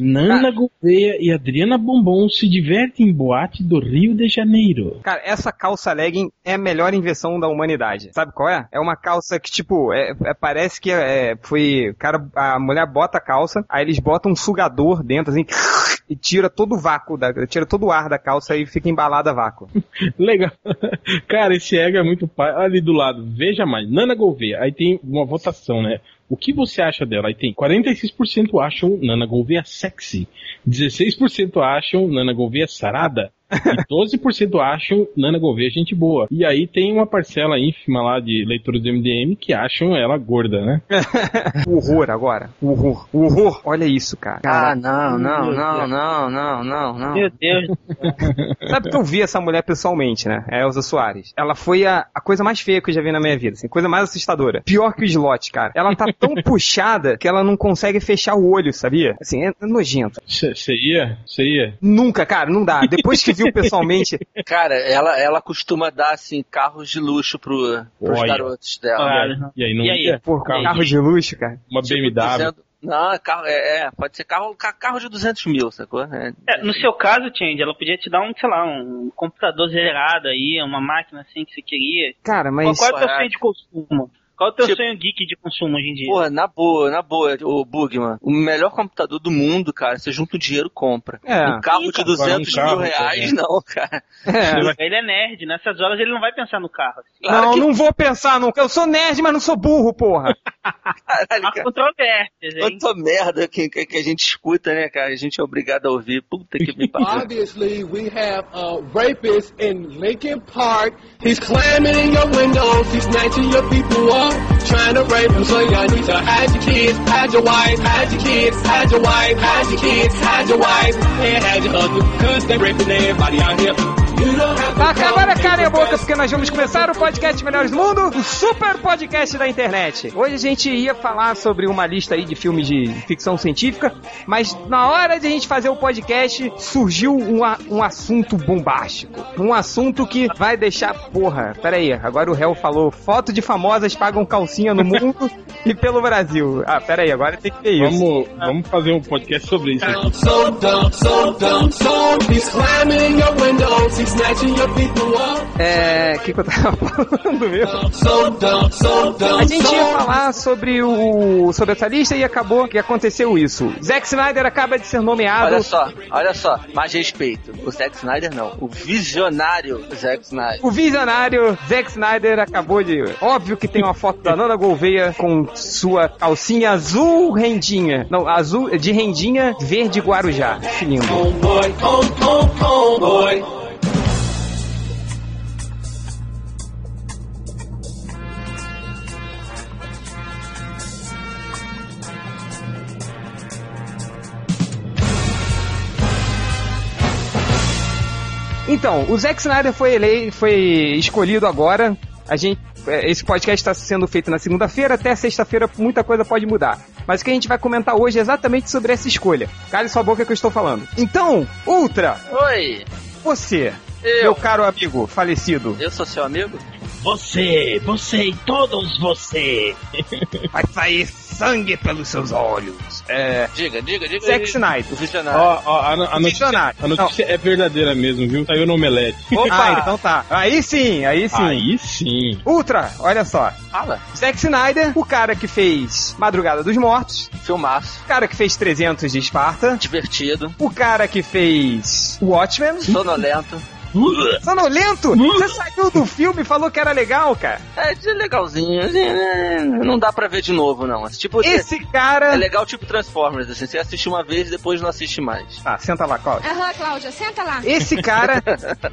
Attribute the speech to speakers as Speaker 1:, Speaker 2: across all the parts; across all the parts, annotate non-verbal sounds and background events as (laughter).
Speaker 1: Nana Gouveia e Adriana Bombom se divertem em boate do Rio de Janeiro.
Speaker 2: Cara, essa calça legging é a melhor invenção da humanidade. Sabe qual é? É uma calça que, tipo, é, é- parece que é, foi. Cara, a mulher bota a calça, aí eles botam um sugador dentro, assim, e tira todo o vácuo, da, tira todo o ar da calça e fica embalada a vácuo.
Speaker 1: Legal. (laughs) Cara, esse ego é muito pai. Olha ali do lado, veja mais. Nana Gouveia, aí tem uma votação, né? O que você acha dela? Aí tem 46% acham Nana Gouveia sexy, 16% acham Nana Gouveia sarada (laughs) e 12% acham Nana Gouveia gente boa. E aí tem uma parcela ínfima lá de leitores do MDM que acham ela gorda, né?
Speaker 2: O horror agora. O horror. O horror. Olha isso, cara.
Speaker 3: Ah, não, não,
Speaker 1: Meu
Speaker 3: não,
Speaker 1: Deus.
Speaker 3: não, não, não, não.
Speaker 1: (laughs)
Speaker 4: Meu Deus.
Speaker 2: Ah, Sabe que eu vi essa mulher pessoalmente, né? A Elza Soares. Ela foi a, a coisa mais feia que eu já vi na minha vida, assim, coisa mais assustadora. Pior que o slot, cara. Ela tá tão (laughs) puxada que ela não consegue fechar o olho, sabia? Assim, é nojento.
Speaker 1: Você ia? Você ia?
Speaker 2: Nunca, cara, não dá. Depois que viu
Speaker 3: (laughs)
Speaker 2: pessoalmente,
Speaker 3: Cara, ela, ela costuma dar, assim, carros de luxo pro, pros
Speaker 1: Olha.
Speaker 3: garotos dela.
Speaker 4: Claro.
Speaker 1: E aí não
Speaker 4: E aí?
Speaker 1: ia?
Speaker 2: por
Speaker 1: Carro
Speaker 2: carro de luxo, cara.
Speaker 1: Uma
Speaker 3: Tipo,
Speaker 1: BMW.
Speaker 3: 200 Não, é carro, é, é, pode ser carro, ca- carro de 200 mil, sacou? É,
Speaker 4: É, no seu caso, Change, ela podia te dar um, sei lá, um computador zerado aí, uma máquina assim que você queria.
Speaker 2: Cara,
Speaker 4: Qual,
Speaker 2: mas.
Speaker 4: qual é o teu
Speaker 3: é.
Speaker 4: sonho de consumo? Qual é o teu
Speaker 3: Tipo-
Speaker 4: sonho geek de consumo hoje em dia?
Speaker 3: Porra, na boa, na boa, ô Bugman. O melhor computador do mundo, cara, você junta o dinheiro e compra.
Speaker 2: É.
Speaker 3: Um carro de
Speaker 1: Ih, cara,
Speaker 3: 200
Speaker 1: agora um
Speaker 3: mil
Speaker 1: carro, cara.
Speaker 3: reais, não, cara.
Speaker 2: É.
Speaker 4: Ele é nerd, nessas horas ele não vai pensar no carro. assim.
Speaker 3: Claro
Speaker 2: não,
Speaker 3: que-
Speaker 2: não vou pensar nunca. Eu sou nerd, mas não sou burro, porra.
Speaker 3: Caralho,
Speaker 4: Há
Speaker 3: cara.
Speaker 4: controvérsias, hein?
Speaker 3: Quanta merda que, que, que a gente escuta, né, cara? A gente é obrigado a ouvir. Puta
Speaker 1: (laughs)
Speaker 3: que me pariu.
Speaker 5: Obviously, we have a rapist in Lincoln Park. He's climbing in your windows. He's snatching your people up, trying to rape them. So y'all need to hide your kids, hide your wife, hide your kids, hide your wife, hide your kids, hide your wife, and hide your husband. Cause they're raping everybody out here. You don't have to
Speaker 2: Tá,
Speaker 5: come
Speaker 2: agora
Speaker 5: and
Speaker 2: calem a boca,
Speaker 5: confess.
Speaker 2: porque nós vamos começar o podcast Melhores do Mundo, o super podcast da internet. Hoje a gente ia falar sobre uma lista aí de filmes de ficção científica, mas na hora de a gente fazer o podcast, surgiu um, a- um assunto bombástico. Um assunto que vai deixar... Porra, pera aí, agora o réu falou, foto de famosas pagam calcinha no mundo (laughs) e pelo Brasil. Ah, pera aí, agora tem que ter isso.
Speaker 1: Vamos, vamos fazer um podcast sobre isso. aqui.
Speaker 5: So dumb, so dumb, so he's climbing in your windows, he's snatching your people up.
Speaker 2: É, o que que eu tava (laughs) falando mesmo?
Speaker 5: So dumb, so dumb,
Speaker 2: A gente ia
Speaker 5: so
Speaker 2: falar sobre o sobre essa lista e acabou que aconteceu isso. Zack Snyder acaba de ser nomeado.
Speaker 3: Olha só, olha só. Mais respeito. O Zack Snyder não. O visionário Zack Snyder.
Speaker 2: O visionário Zack Snyder acabou de. Óbvio que tem uma foto da Nana Gouveia com sua calcinha azul rendinha. Não, azul de rendinha verde guarujá. Que lindo.
Speaker 5: Homeboy, home, home, homeboy.
Speaker 2: Então, o Zack Snyder foi, elei, foi escolhido agora. A gente, é, esse podcast está sendo feito na segunda-feira, até sexta-feira muita coisa pode mudar. Mas o que a gente vai comentar hoje é exatamente sobre essa escolha. Cale sua boca que eu estou falando. Então, Ultra,
Speaker 3: Oi,
Speaker 2: você, meu
Speaker 3: eu.
Speaker 2: caro amigo falecido,
Speaker 3: Eu sou seu amigo?
Speaker 4: Você, você e todos você.
Speaker 2: vai sair sangue pelos seus olhos. É,
Speaker 3: Diga, diga, diga.
Speaker 2: Zack
Speaker 3: diga. O
Speaker 2: Snyder. (laughs) Ah,
Speaker 3: visionário.
Speaker 1: Ó, ó, a, no- a notícia,
Speaker 2: Visionário.
Speaker 1: a notícia é verdadeira mesmo, viu? Saiu no Omelete.
Speaker 2: Não. Ah, então tá. Aí sim, aí sim.
Speaker 1: Aí sim.
Speaker 2: Ultra, olha só.
Speaker 3: Fala.
Speaker 2: Zack Snyder, o cara que fez Madrugada dos Mortos,
Speaker 3: Filmaço.
Speaker 2: o cara que fez 300 de Esparta,
Speaker 3: Divertido.
Speaker 2: O cara que fez Watchmen.
Speaker 3: Sonolento. (laughs)
Speaker 2: Sonolento? Você saiu do filme e falou que era legal, cara.
Speaker 3: É de legalzinho. Não dá pra ver de novo, não. É Tipo,
Speaker 2: Esse
Speaker 3: é
Speaker 2: cara.
Speaker 3: legal tipo Transformers, assim. Você assiste uma vez e depois não assiste mais.
Speaker 2: Ah, senta lá, Cláudio.
Speaker 6: Aham, Cláudia, senta lá.
Speaker 2: Esse (laughs) cara,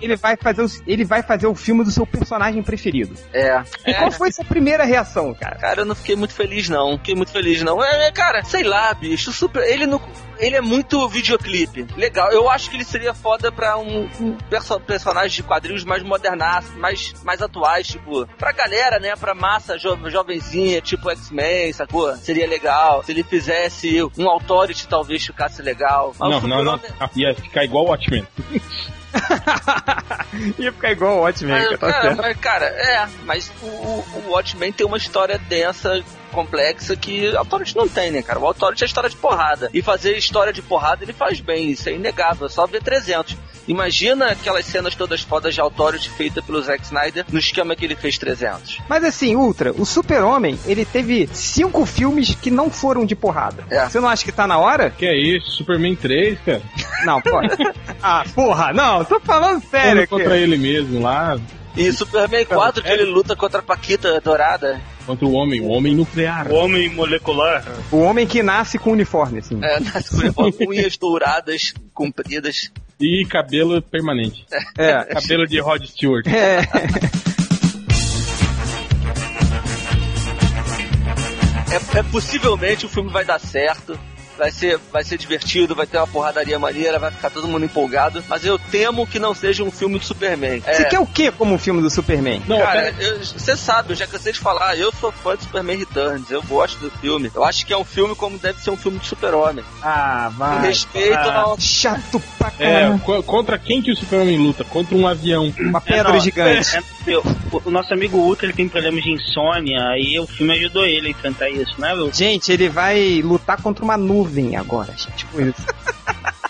Speaker 2: ele vai, fazer o, ele vai fazer o filme do seu personagem preferido.
Speaker 3: É.
Speaker 2: E
Speaker 3: É,
Speaker 2: qual foi sua primeira reação, cara?
Speaker 3: Cara, eu não fiquei muito feliz, não. Fiquei muito feliz, não. É, é, cara, sei lá, bicho. Super... Ele não. Ele é muito videoclipe. Legal. Eu acho que ele seria foda pra um, um perso- personagem de quadrinhos mais modernaço, mais, mais atuais, tipo. Pra galera, né? Pra massa jo jovenzinha, tipo X-Men, sacou? Seria legal. Se ele fizesse um Authority, talvez ficasse legal. Mas o
Speaker 1: não, não, não.
Speaker 3: Super-Homem-
Speaker 1: Ah, Ia ficar igual o Watchmen.
Speaker 2: Ia ficar igual o Watchmen,
Speaker 3: Mas,
Speaker 2: cara, tá
Speaker 3: cara,
Speaker 2: certo.
Speaker 3: Ah, mas, cara, é, mas o, o, o Watchmen tem uma história densa, complexa, que o Authority não tem, né, cara? O Authority é história de porrada. E fazer história de porrada ele faz bem, isso é inegável, é só ver 300. Imagina aquelas cenas todas fodas de Authority feita pelo Zack Snyder no esquema que ele fez 300.
Speaker 2: Mas assim, Ultra, o Super-Homem, ele teve cinco filmes que não foram de porrada.
Speaker 3: É.
Speaker 2: Você não acha que tá na hora?
Speaker 1: Que é isso? Superman 3, cara.
Speaker 2: Não, pode. (laughs) ah, porra, não, tô falando sério
Speaker 1: Sério,
Speaker 2: aqui.
Speaker 1: contra ele mesmo lá,
Speaker 3: E Superman 4,
Speaker 2: é
Speaker 3: que ele luta contra a Paquita Dourada.
Speaker 1: contra o homem, o homem nuclear.
Speaker 6: O homem molecular.
Speaker 2: O homem que nasce com uniforme, assim.
Speaker 3: É,
Speaker 2: (laughs)
Speaker 3: (laughs) nas com unhas douradas, compridas.
Speaker 1: E cabelo permanente.
Speaker 2: É.
Speaker 1: Cabelo de Rod
Speaker 2: (laughs)
Speaker 1: Stewart.
Speaker 2: É.
Speaker 3: É, é possivelmente o filme vai dar certo. Vai ser, vai ser divertido, vai ter uma porradaria maneira, vai ficar todo mundo empolgado. Mas eu temo que não seja um filme do Superman. É,
Speaker 2: Você quer o que como um filme do Superman?
Speaker 1: Não,
Speaker 3: cara,
Speaker 1: pera-
Speaker 3: eu- você sabe, eu já cansei de falar, eu sou fã de Superman Returns, eu gosto do filme. Eu acho que é um filme como deve ser um filme de super-homem.
Speaker 4: Ah,
Speaker 3: Com
Speaker 4: vai.
Speaker 3: respeito
Speaker 4: ah.
Speaker 3: ao...
Speaker 2: Chato pra
Speaker 1: é,
Speaker 2: caramba.
Speaker 1: co- contra quem que o Superman luta? Contra um avião.
Speaker 2: Uma
Speaker 4: É,
Speaker 2: pedra
Speaker 4: não,
Speaker 2: gigante.
Speaker 4: é, meu, o- o nosso amigo Ultra ele tem problemas de insônia, aí o filme ajudou ele a enfrentar isso, né,
Speaker 6: É.
Speaker 4: Lu?
Speaker 2: Gente, ele vai lutar contra uma nuvem agora, gente. Tipo isso.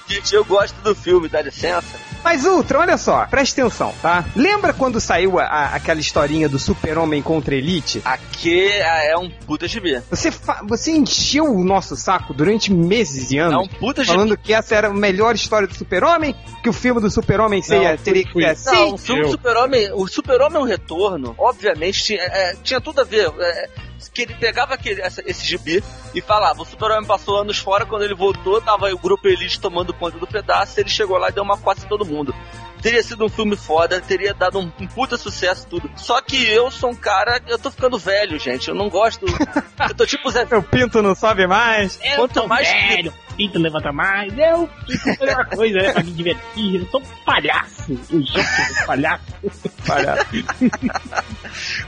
Speaker 3: Gente, eu gosto do filme, dá licença.
Speaker 2: Mas, Ultra, olha só, presta atenção, tá? Lembra quando saiu a- a- aquela historinha do Super-Homem contra a Elite?
Speaker 3: Aqui é é um puta gibi.
Speaker 2: Você, fa- você encheu o nosso saco durante meses e
Speaker 3: É
Speaker 2: anos.
Speaker 3: um puta gibi.
Speaker 2: Falando que essa era a melhor história do Super-Homem, que o filme do Super-Homem seria-
Speaker 1: fui-
Speaker 2: teria que
Speaker 1: fui.
Speaker 2: ser assim.
Speaker 3: Não, o filme
Speaker 1: eu-
Speaker 3: Super-Homem, o Super-Homem o Retorno, obviamente, tinha, é, tinha tudo a ver. é, que ele pegava aquele, essa- esse gibi e falava, o Super-Homem passou anos fora, quando ele voltou, tava aí o grupo Elite tomando conta do pedaço, ele chegou lá e deu uma quase todo mundo. Teria sido um filme foda, teria dado um, um puta sucesso tudo. Só que eu sou um cara, eu tô ficando velho, gente, eu não
Speaker 4: (laughs)
Speaker 3: gosto. eu tô tipo o Zé
Speaker 2: Meu pinto não sobe mais.
Speaker 4: Eu
Speaker 3: Quanto
Speaker 4: tô
Speaker 3: mais-
Speaker 4: velho, pinto levanta mais, eu fico a melhor coisa, é pra me divertir, eu sou um palhaço, um jogo palhaço.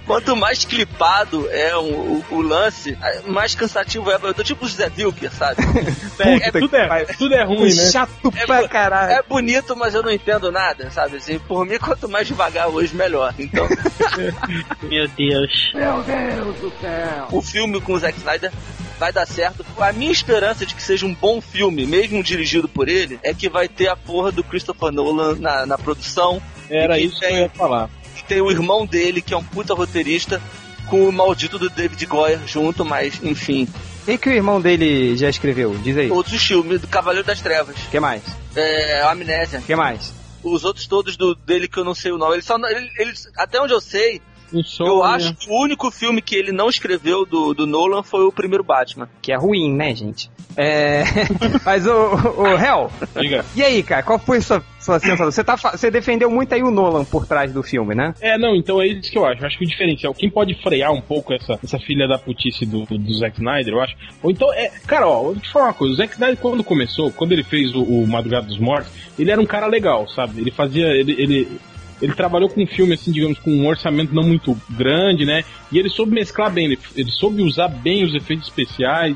Speaker 3: Quanto mais clipado é o, o- o lance, mais cansativo é. Eu tô tipo o José
Speaker 4: (laughs)
Speaker 3: Wilker, sabe?
Speaker 1: É, tudo, é,
Speaker 2: pariu.
Speaker 1: tudo é ruim, né?
Speaker 2: Chato
Speaker 3: É,
Speaker 2: pra
Speaker 3: pô,
Speaker 2: caralho.
Speaker 3: É bonito, mas eu não entendo nada, sabe? Assim, por mim, quanto mais devagar hoje, melhor. Então,
Speaker 4: Meu Deus.
Speaker 3: o filme com o Zack Snyder vai dar certo. A minha esperança de que seja um bom filme, mesmo dirigido por ele, é que vai ter a porra do Christopher Nolan na, na produção.
Speaker 1: Era isso que eu ia falar.
Speaker 3: E tem o irmão dele, que é um puta roteirista, com o maldito do David Goyer junto, mas, enfim.
Speaker 2: O que, que o irmão dele já escreveu? Diz aí. O
Speaker 3: Outros filmes, do Cavaleiro das Trevas,
Speaker 2: que mais?
Speaker 3: é, Amnésia.
Speaker 2: O que mais?
Speaker 3: Os outros todos do, dele que eu não sei o nome. Ele só, não- ele- ele- até onde eu sei,
Speaker 1: Um som,
Speaker 3: Eu
Speaker 1: né?
Speaker 3: acho que o único filme que ele não escreveu do, do Nolan foi o primeiro Batman.
Speaker 2: Que é ruim, né, gente? É. (laughs) Mas o, o, o Hel,
Speaker 1: Diga.
Speaker 2: e aí, cara, qual foi sua, sua sensação? Você, tá, fa- você defendeu muito aí o Nolan por trás do filme, né?
Speaker 1: É, não, então é isso que eu acho. Eu acho que o diferencial, quem pode frear um pouco essa, essa filha da putice do, do Zack Snyder, eu acho. Ou então, é. Cara, ó, deixa eu te falar uma coisa. O Zack Snyder, quando começou, quando ele fez o, o Madrugada dos Mortos, ele era um cara legal, sabe? Ele fazia. Ele, ele, ele trabalhou com um filme, assim, digamos, com um orçamento não muito grande, né? E ele soube mesclar bem, ele, ele soube usar bem os efeitos especiais.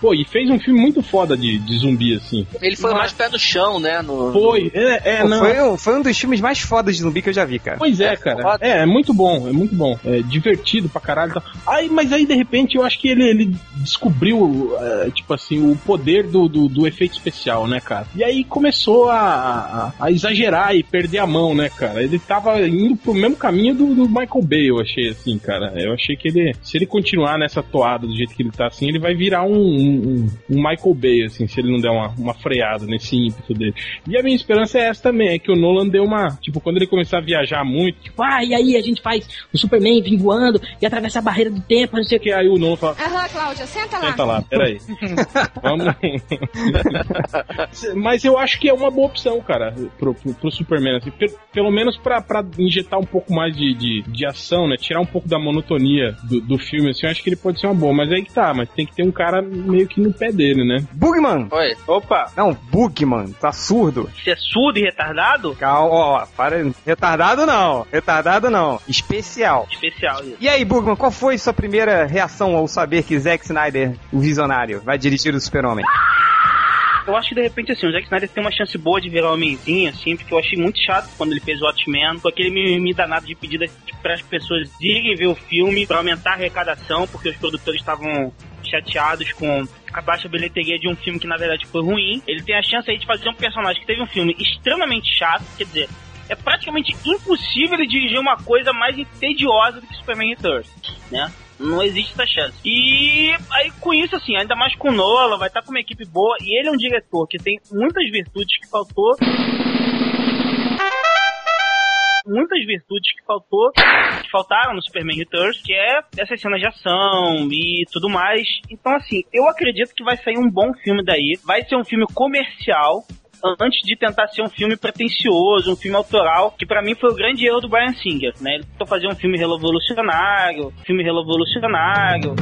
Speaker 1: Pô, e fez um filme muito foda de, de zumbi, assim.
Speaker 3: Ele foi mais pé no chão, né? No...
Speaker 1: Foi, é, é
Speaker 2: Pô,
Speaker 1: não.
Speaker 2: Foi, um- foi um dos filmes mais fodas de zumbi que eu já vi, cara.
Speaker 1: Pois é, cara. É, é muito bom, é muito bom. É divertido pra caralho. e tal. Aí, mas aí, de repente, eu acho que ele, ele descobriu, eh, tipo assim, o poder do, do, do efeito especial, né, cara? E aí começou a, a, a exagerar e perder a mão, né, cara? Ele tava indo pro mesmo caminho do, do Michael Bay, eu achei, assim, cara. Eu achei que ele, se ele continuar nessa toada do jeito que ele tá, assim, ele vai virar um, um, um Michael Bay, assim, se ele não der uma, uma freada nesse ímpeto dele. E a minha esperança é essa também, é que o Nolan deu uma. Tipo, quando ele começar a viajar muito, tipo, ah, e aí a gente faz o Superman vir voando e atravessa a barreira do tempo, não sei o que. Aí o Nolan fala,
Speaker 7: Aham, Cláudia, senta lá.
Speaker 1: senta lá, peraí. Vamos. (laughs) Mas eu acho que é uma boa opção, cara, pro, pro, pro Superman, assim. Pe- pelo menos pra, pra injetar um pouco mais de, de, de ação, né? Tirar um pouco da monotonia do, do filme, assim, eu acho que ele pode ser uma boa. Mas aí que tá, mas tem que ter um cara meio que no pé dele, né?
Speaker 2: Bugman!
Speaker 3: Foi.
Speaker 4: Opa!
Speaker 2: Não, Bugman, tá surdo.
Speaker 4: Você é surdo e retardado?
Speaker 2: Calma, ó, para. Retardado não, retardado não. Especial.
Speaker 4: Especial isso.
Speaker 2: E aí, Bugman, qual foi sua primeira reação ao saber que Zack Snyder, o visionário, vai dirigir o Super-Homem?
Speaker 6: eu acho que de repente assim, o Zack Snyder tem uma chance boa de virar homenzinho, assim, porque eu achei muito chato quando ele fez o Watchmen, com aquele mimimi danado de pedida para as pessoas irem ver o filme, para aumentar a arrecadação, porque os produtores estavam chateados com a baixa bilheteria de um filme que na verdade foi ruim. Ele tem a chance aí de fazer um personagem que teve um filme extremamente chato, quer dizer, é praticamente impossível ele dirigir uma coisa mais tediosa do que Superman Returns, né? Não existe essa chance. E aí com isso, assim, ainda mais com o Nola, vai estar com uma equipe boa e ele é um diretor que tem muitas virtudes que faltou. Muitas virtudes que faltou, que faltaram no Superman Returns, que é essas cenas de ação e tudo mais. Então, assim, eu acredito que vai sair um bom filme daí. Vai ser um filme comercial, antes de tentar ser um filme pretencioso, um filme autoral, que para mim foi o grande erro do Brian Singer, né? Ele tentou fazer um filme revolucionário, filme revolucionário.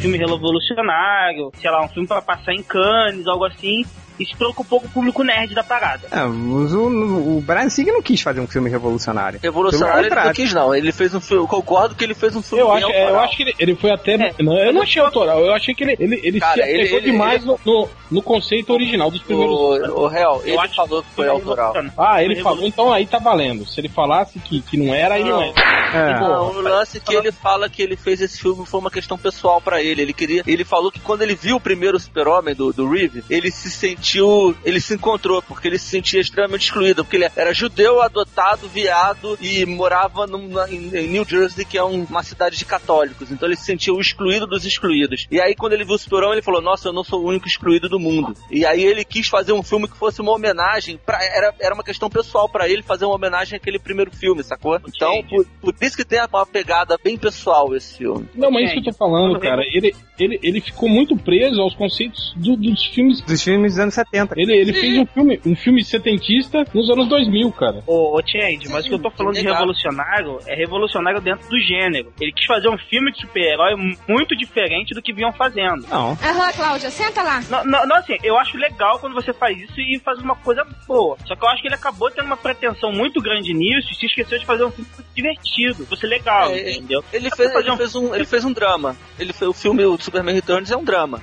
Speaker 6: Filme revolucionário, sei lá, um filme para passar em Cannes, algo assim, e se preocupou com o público nerd da parada.
Speaker 2: Ah, mas o, o Brian Singer não quis fazer um filme revolucionário.
Speaker 3: Revolucionário ele
Speaker 2: Pelo
Speaker 3: não
Speaker 2: contrário.
Speaker 3: quis, não. Ele fez um filme. Eu concordo que ele fez um filme.
Speaker 1: Eu
Speaker 3: bem
Speaker 1: acho, é, eu
Speaker 3: autoral.
Speaker 1: acho que ele, ele foi até.
Speaker 6: É.
Speaker 1: não, eu não achei autoral, eu achei que ele, ele, ele se
Speaker 3: Cara, ele-
Speaker 1: apegou
Speaker 3: ele-
Speaker 1: demais No, no, no conceito original dos primeiros.
Speaker 3: O, o Real,
Speaker 6: Eu
Speaker 3: ele
Speaker 6: acho
Speaker 3: falou que foi
Speaker 6: Filme
Speaker 3: autoral.
Speaker 6: revolucionário.
Speaker 1: Ah, ele
Speaker 6: Foi
Speaker 1: falou, então aí tá valendo. Se ele falasse que, que não era, aí não
Speaker 3: Não.
Speaker 1: é.
Speaker 2: É.
Speaker 3: Não, o lance que ele fala que ele fez esse filme foi uma questão pessoal pra ele. Ele queria, ele falou que quando ele viu o primeiro Super-Homem do, do Reeve, ele se sentiu, ele se encontrou porque ele se sentia extremamente excluído, porque ele era judeu, adotado, viado e morava num- na- em, em New Jersey, que é um- uma cidade de católicos. Então ele se sentiu o excluído dos excluídos. E aí quando ele viu o Super-Homem, ele falou: "Nossa, eu não sou o único excluído do mundo". E aí ele quis fazer um filme que fosse uma homenagem pra, era, era uma questão pessoal pra ele fazer uma homenagem àquele primeiro filme, sacou? Então,
Speaker 6: Entendi.
Speaker 3: por, por isso que tem uma pegada bem pessoal esse filme.
Speaker 1: Não, mas
Speaker 6: É,
Speaker 1: isso que eu tô falando, cara. Ele, ele, ele ficou muito preso aos conceitos do- dos filmes.
Speaker 2: Dos filmes dos anos 70.
Speaker 1: Ele, ele fez um filme, um filme setentista nos anos 2000, cara.
Speaker 6: Ô, ô Change, mas o que eu tô falando de
Speaker 3: legal.
Speaker 6: revolucionário é revolucionário dentro do gênero. Ele quis fazer um filme de super-herói muito diferente do que vinham fazendo.
Speaker 2: Não.
Speaker 7: Aham, Cláudia, senta lá.
Speaker 6: Não, não, não, assim, eu acho legal quando você faz isso e faz uma coisa boa. Só que eu acho que ele acabou tendo uma pretensão muito grande nisso e se esqueceu de fazer um filme divertido, fosse legal,
Speaker 3: É, é.
Speaker 6: entendeu?
Speaker 3: Ele fez,
Speaker 6: fazer
Speaker 3: ele
Speaker 6: um-
Speaker 3: fez um, ele fez um drama. Ele fez, o filme o Superman Returns é um drama.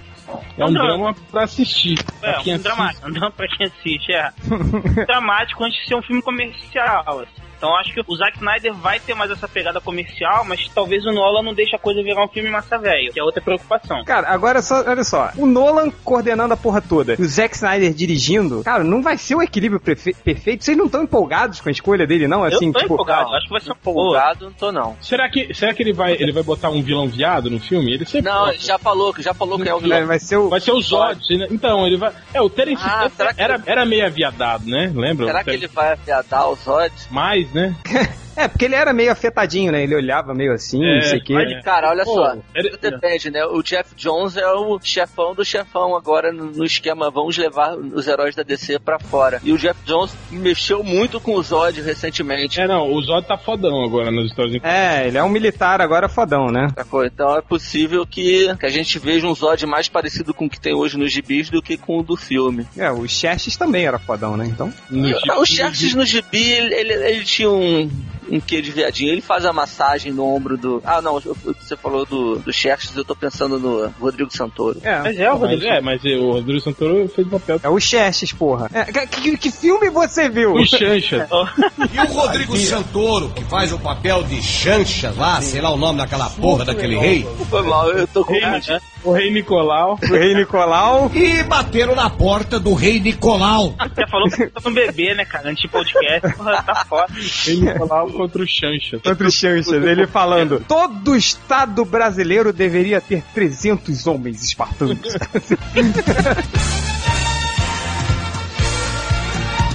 Speaker 1: É um
Speaker 6: Não, não.
Speaker 1: drama pra assistir.
Speaker 6: É,
Speaker 1: Pra quem
Speaker 6: um
Speaker 1: assiste.
Speaker 6: dramático, (laughs) não pra quem assiste, é.
Speaker 1: (laughs)
Speaker 6: dramático antes de ser um filme comercial, assim. Então eu acho que o Zack Snyder vai ter mais essa pegada comercial, mas talvez o Nolan não deixe a coisa virar um filme massa velho, que é outra preocupação.
Speaker 2: Cara, agora só, olha só. O Nolan coordenando a porra toda e o Zack Snyder dirigindo, cara, não vai ser o equilíbrio prefe- perfeito. Vocês não estão empolgados com a escolha dele, não? Assim,
Speaker 6: eu tô
Speaker 2: tipo.
Speaker 6: empolgado, acho que vai ser um pouco.
Speaker 3: Empolgado, não tô não.
Speaker 1: Será que, será que ele, vai, ele vai botar um vilão viado no filme? Ele sempre.
Speaker 3: Não,
Speaker 1: bota.
Speaker 3: ele já falou, que já falou que é o
Speaker 2: né,
Speaker 3: vilão.
Speaker 2: vai ser o.
Speaker 1: Vai ser o Zod. né? Então, ele vai. É, o Terence
Speaker 3: Ah,
Speaker 1: Hill
Speaker 3: será que-
Speaker 1: era, era meio aviadado, né? Lembra?
Speaker 3: Será
Speaker 1: O
Speaker 3: que
Speaker 1: Terence-
Speaker 3: ele vai afiadar o Zod?
Speaker 1: Mais, né?
Speaker 2: É, porque ele era meio afetadinho, né? Ele olhava meio assim,
Speaker 1: É,
Speaker 2: não sei o quê.
Speaker 1: mas-
Speaker 3: Cara, olha
Speaker 1: Pô,
Speaker 3: só.
Speaker 1: ele-
Speaker 3: Depende, né? O Jeff Jones é o chefão do chefão agora no no esquema vamos levar os heróis da DC pra fora. E o Jeff Jones mexeu muito com o Zod recentemente.
Speaker 1: É, não, o Zod tá fodão agora nas histórias. em-
Speaker 2: É, ele é um militar agora fodão, né?
Speaker 3: Sacou? Então é possível que, que a gente veja um Zod mais parecido com o que tem hoje nos gibis do que com o do filme.
Speaker 2: É, o Xerxes também era fodão, né? Então.
Speaker 1: no
Speaker 3: Ah,
Speaker 1: tipo-
Speaker 3: O Xerxes no gibi, ele, ele, ele tinha um, um quê de viadinho. Ele faz a massagem no ombro do... Ah, não, eu- eu- você falou do, do Xerxes, eu tô pensando no Rodrigo Santoro.
Speaker 2: É.
Speaker 6: Mas é, o
Speaker 1: Mas,
Speaker 6: Rodrigo.
Speaker 1: é, mas o Rodrigo Santoro fez o papel.
Speaker 2: É o Xerxes, porra. É, que, que- que filme você viu?
Speaker 1: O Xancha.
Speaker 8: E o Rodrigo Santoro, que faz o papel de chancha lá, sei lá o nome daquela porra daquele rei.
Speaker 3: Foi mal, eu tô com...
Speaker 1: Rei- (laughs)
Speaker 6: É,
Speaker 1: O Rei Nicolau.
Speaker 2: O Rei Nicolau.
Speaker 8: E bateram na porta do rei Nicolau.
Speaker 6: Você falou que tá no bebê, né, cara? Antes de podcast, porra, tá foda.
Speaker 1: Rei Nicolau contra o Xancha.
Speaker 2: Contra o Xerxes, ele falando: Todo Estado brasileiro deveria ter 300 homens espartanos. (laughs)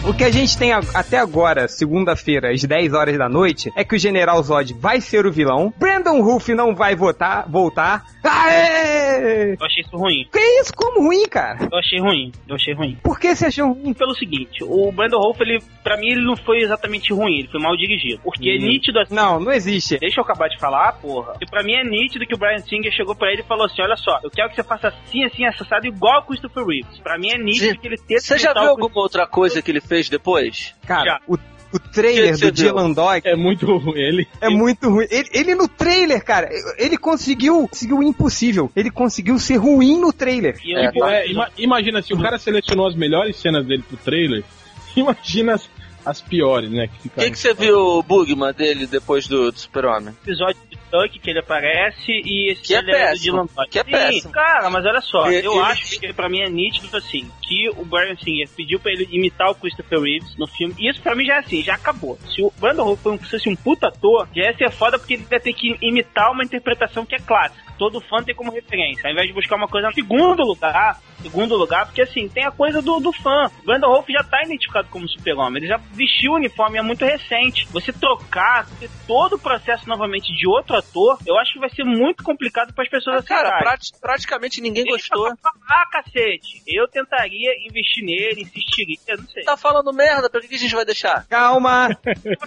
Speaker 2: O que a gente tem a- até agora, segunda-feira, às 10 horas da noite, é que o General Zod vai ser o vilão, Brandon Ruff não vai votar, voltar. Aê!
Speaker 6: Eu achei isso ruim.
Speaker 2: Que isso? Como ruim, cara?
Speaker 6: Eu achei ruim, eu achei ruim.
Speaker 2: Por que você achou ruim?
Speaker 6: Pelo seguinte, o Brandon Rolfe, ele, pra mim, ele não foi exatamente ruim, ele foi mal dirigido. Porque
Speaker 3: Uhum.
Speaker 6: é nítido assim.
Speaker 2: Não, não existe.
Speaker 6: Deixa eu acabar de falar, porra. E pra mim é nítido que o Brian Singer chegou pra ele e falou assim: olha só, eu quero que você faça assim, assim, acessado igual o Christopher Reeves. Pra mim é nítido
Speaker 3: Sim.
Speaker 6: que ele teve
Speaker 3: Você já viu alguma outra coisa que ele fez depois?
Speaker 2: Cara, o o trailer
Speaker 3: Que que
Speaker 2: do
Speaker 3: você viu?
Speaker 2: Dylan Dog
Speaker 1: É muito ruim ele.
Speaker 2: é muito ruim. Ele, ele no trailer, cara, ele conseguiu, conseguiu o impossível. Ele conseguiu ser ruim no trailer.
Speaker 6: E eu,
Speaker 3: É,
Speaker 6: tipo,
Speaker 3: tá.
Speaker 1: É, ima- imagina, se o cara selecionou as melhores cenas dele pro trailer, (laughs) imagina as, as piores, né? Que
Speaker 3: O que, que você viu, Bugman, dele depois do, do Super-Homem?
Speaker 6: episódio do Tuck que ele aparece e esse
Speaker 3: Que é
Speaker 6: trailer do
Speaker 3: péssimo,
Speaker 6: Dylan Dog.
Speaker 3: que é
Speaker 6: Sim,
Speaker 3: péssimo.
Speaker 6: Cara, mas olha só,
Speaker 3: E-
Speaker 6: eu
Speaker 3: ele-
Speaker 6: acho que pra mim é nítido assim, que o Brian Singer pediu pra ele imitar o Christopher Reeves no filme. E isso pra mim já é assim, já acabou. Se o Brandon Hope fosse um puta ator, já ia ser foda porque ele ia ter que imitar uma interpretação que é clássica. Todo fã tem como referência, ao invés de buscar uma coisa em segundo lugar, segundo lugar, porque assim, tem a coisa do, do fã. O Brandon Rolf já tá identificado como super-homem, ele já vestiu o uniforme, é muito recente. Você trocar, ter todo o processo novamente de outro ator, eu acho que vai ser muito complicado para as pessoas
Speaker 3: Ah, cara,
Speaker 6: aceitarem.
Speaker 3: prati- praticamente ninguém
Speaker 6: Ele
Speaker 3: gostou.
Speaker 6: vai falar, Ah, cacete, eu tentaria investir nele, insistiria, não sei.
Speaker 3: Tá falando merda, pra que, que a gente vai deixar?
Speaker 2: Calma. (laughs)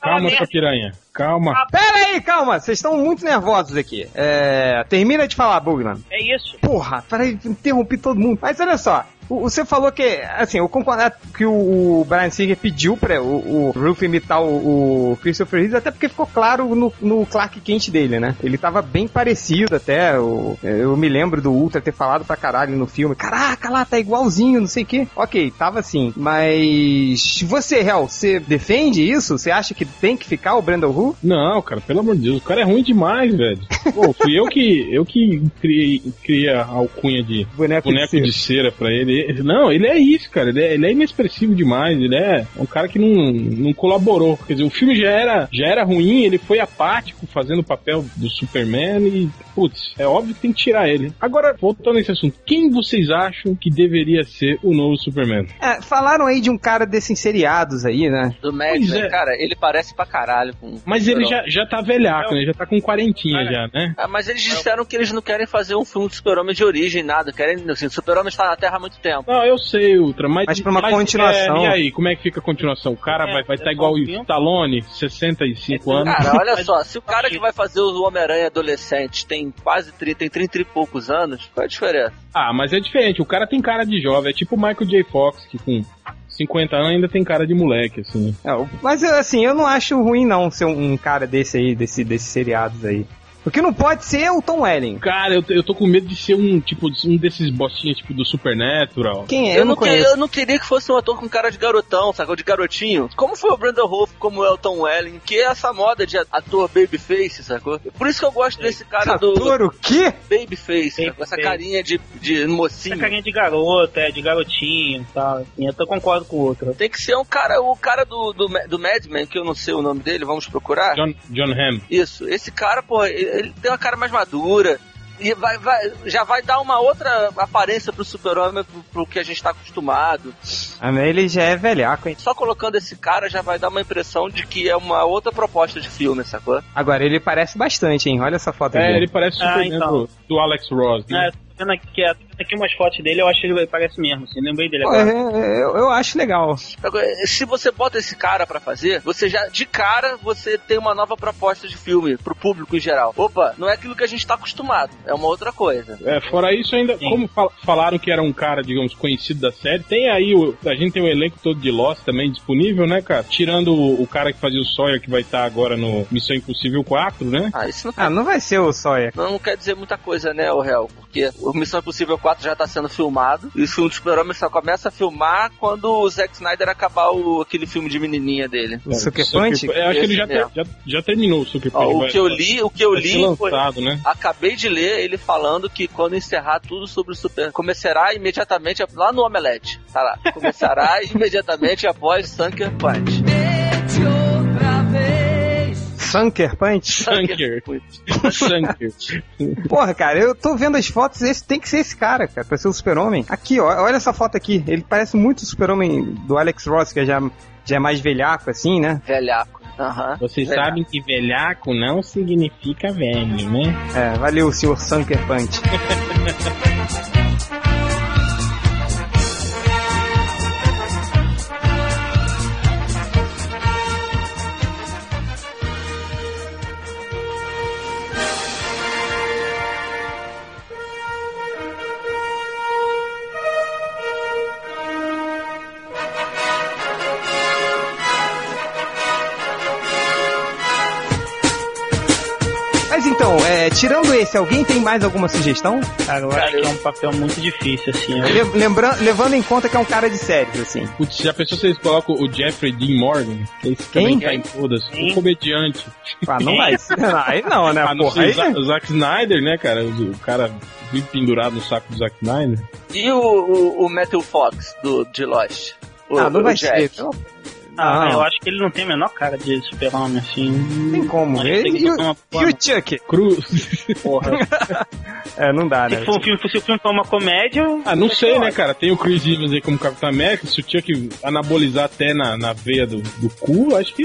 Speaker 1: Calma,
Speaker 6: merda.
Speaker 1: sua piranha. Calma.
Speaker 2: Pera aí, calma. Vocês estão muito nervosos aqui. É, termina de falar, Bugman.
Speaker 6: É isso.
Speaker 2: Porra, peraí, interrompi todo mundo. Mas olha só, o- você falou que, assim, eu concordo que o, o Brian Singer pediu pra o, o Roof imitar o, o Christopher Reeves, até porque ficou claro no, no Clark Quente dele, né? Ele tava bem parecido até, o- eu me lembro do Ultra ter falado pra caralho no filme, caraca lá, tá igualzinho, não sei o quê. Ok, tava assim, mas você, Hel, você defende isso? Você acha que tem que ficar o Brandon Who?
Speaker 1: Não, cara, pelo amor de Deus, o cara é ruim demais, velho. Pô, fui eu que eu que criei, criei a alcunha de
Speaker 2: Boneco,
Speaker 1: boneco
Speaker 2: de
Speaker 1: de cera pra ele. Não, ele é isso, cara. Ele é, ele é inexpressivo demais. Ele é um cara que não, não colaborou. Quer dizer, o filme já era, já era ruim, ele foi apático fazendo o papel do Superman e, putz, é óbvio que tem que tirar ele. Agora, voltando a esse assunto, quem vocês acham que deveria ser o novo Superman?
Speaker 2: É, falaram aí de um cara desses seriados aí, né?
Speaker 3: Do Mad
Speaker 1: Pois
Speaker 3: Men,
Speaker 1: é.
Speaker 3: cara, ele parece pra caralho com.
Speaker 1: Mas ele
Speaker 3: Superman.
Speaker 1: já, já tá velhaco, né? Já tá com quarentinha já, né?
Speaker 3: Ah, mas eles disseram que eles não querem fazer um filme de super-homem de origem, nada. Querem, assim, o super-homem está na Terra há muito tempo.
Speaker 1: Não, eu sei, Ultra, mas.
Speaker 2: Mas pra uma continuação.
Speaker 1: é, e aí, como é que fica a continuação? O cara
Speaker 6: É,
Speaker 1: vai estar
Speaker 6: é só
Speaker 1: igual
Speaker 6: um
Speaker 1: o
Speaker 6: filme.
Speaker 1: Stallone, 65
Speaker 6: É,
Speaker 1: anos.
Speaker 3: Cara, olha
Speaker 6: Mas-
Speaker 3: só, se o cara que vai fazer o Homem-Aranha adolescente tem quase 30, tem 30 e poucos anos, qual é a diferença?
Speaker 1: Ah, mas é diferente. O cara tem cara de jovem. É tipo o Michael J. Fox, que com 50 anos ainda tem cara de moleque, assim.
Speaker 2: É, o- mas eu, assim, eu não acho ruim não ser um, um cara desse aí, desse, desses seriados aí. O que não pode ser é o Tom Welling.
Speaker 1: Cara, eu, eu tô com medo de ser um, tipo, um desses bostinhas, tipo, do Supernatural.
Speaker 2: Quem é? Eu, não
Speaker 3: que-
Speaker 2: conheço.
Speaker 3: eu não queria que fosse um ator com cara de garotão, sacou? De garotinho. Como foi o Brandon Rolf, como o Elton Welling, que é essa moda de ator babyface, sacou? Por isso que eu
Speaker 1: É.
Speaker 3: gosto desse cara do
Speaker 2: Ator, o quê?
Speaker 3: babyface, sacou? Essa
Speaker 6: Babyface.
Speaker 3: carinha de, de
Speaker 6: Essa
Speaker 3: mocinho.
Speaker 6: carinha de garota, é, de garotinho e tal. Assim, eu tô concordo com o outro.
Speaker 3: Tem que ser um cara, o cara do, do, Ma- do Mad Men, que eu não sei o nome dele, vamos procurar.
Speaker 1: John, John Hamm.
Speaker 3: Isso, esse cara, porra, ele, ele tem uma cara mais madura. E vai, vai- já vai dar uma outra aparência pro super-homem, pro, pro que a gente tá acostumado.
Speaker 2: Ah, mas ele já é velhaco, hein?
Speaker 3: Só colocando esse cara já vai dar uma impressão de que é uma outra proposta de filme, sacou?
Speaker 2: Agora, ele parece bastante, hein? Olha essa foto
Speaker 1: É,
Speaker 2: dele.
Speaker 1: ele parece o
Speaker 6: Ah,
Speaker 1: Superman
Speaker 6: então.
Speaker 1: do, do Alex Ross. né?
Speaker 6: É, tô vendo aqui, tô vendo aqui umas fotos dele, eu acho que ele parece mesmo, assim, lembrei dele
Speaker 2: Pô,
Speaker 6: agora.
Speaker 2: é, eu, eu acho legal.
Speaker 3: Agora, Se você bota esse cara pra fazer, você já, de cara, você tem uma nova proposta de filme, pro público em geral. Opa, não é aquilo que a gente tá acostumado, é uma outra coisa.
Speaker 1: É, fora isso, ainda, como fal- falaram que era um cara, digamos, conhecido da série, tem aí, o, a gente tem o elenco todo de Lost também disponível, né, cara? Tirando o, o cara que fazia o Sawyer, que vai estar agora no Missão Impossível 4, né?
Speaker 3: Ah, isso não
Speaker 2: Ah, não vai ser o Sawyer.
Speaker 3: Não quer dizer muita coisa, né, o réu? Porque o Missão Impossível 4 já tá sendo filmado. E é um o filme do Super-Homem só começa a filmar quando o Zack Snyder acabar o, aquele filme de menininha dele.
Speaker 2: O Sucker Punch?
Speaker 1: É, Eu acho que ele já,
Speaker 3: Esse
Speaker 1: ter- já, já terminou o Sucker
Speaker 3: Ó,
Speaker 1: Punch.
Speaker 3: o
Speaker 1: vai-
Speaker 3: que eu li, o que eu
Speaker 1: vai ser
Speaker 3: li foi.
Speaker 1: lançado,
Speaker 3: (laughs)
Speaker 1: né?
Speaker 3: Acabei de ler ele falando que quando encerrar tudo sobre o Super. Começará imediatamente. a- Lá no Omelete. Tá lá.
Speaker 1: (laughs)
Speaker 3: Começará imediatamente após Sunker Punch.
Speaker 2: Sunker (laughs) Punch?
Speaker 1: Sunker. Sunker.
Speaker 2: Porra, cara, eu tô vendo as fotos, esse tem que ser esse cara, cara, pra ser o super-homem. Aqui, ó, olha essa foto aqui. Ele parece muito o super-homem do Alex Ross, que já, já é mais velhaco, assim, né?
Speaker 3: Velhaco. Aham.
Speaker 1: Vocês
Speaker 3: Velhaco.
Speaker 1: sabem que velhaco não significa velho, né?
Speaker 2: É, valeu, senhor Sunker Punch. então, é, Tirando esse, alguém tem mais alguma sugestão?
Speaker 6: Cara, eu acho que é um papel muito difícil, assim. Eu-
Speaker 2: Le- lembra- levando em conta que é um cara de séries, assim.
Speaker 1: Putz, já pensou se eles colocam o Jeffrey Dean Morgan? Que esse também
Speaker 2: Quem?
Speaker 1: tá em todas.
Speaker 6: Quem?
Speaker 1: O comediante.
Speaker 2: Ah, não vai. Não, aí não, né?
Speaker 1: (laughs) Ah, não
Speaker 2: porra,
Speaker 1: sei, o
Speaker 2: aí...
Speaker 1: Za- o Zack Snyder, né, cara? O, o cara vive pendurado no saco do Zack Snyder.
Speaker 3: E o, o, o Matthew Fox do, de Lost? O,
Speaker 2: Ah, não
Speaker 3: o
Speaker 2: vai
Speaker 3: Jack.
Speaker 2: ser. Não
Speaker 6: Ah,
Speaker 2: não.
Speaker 6: eu acho que ele não tem a menor cara de super-homem, assim.
Speaker 2: tem como.
Speaker 6: Acho que tem
Speaker 2: E,
Speaker 6: que
Speaker 2: e,
Speaker 6: botar uma
Speaker 2: o, e o Chuck?
Speaker 1: Cruz.
Speaker 2: Porra. é, não dá, né?
Speaker 6: Se, for um filme, se o filme for uma comédia.
Speaker 1: Ah, não sei, né, cara? Tem o Chris Evans aí como Capitão América. Se o tinha que anabolizar até na, na veia do, do cu, acho que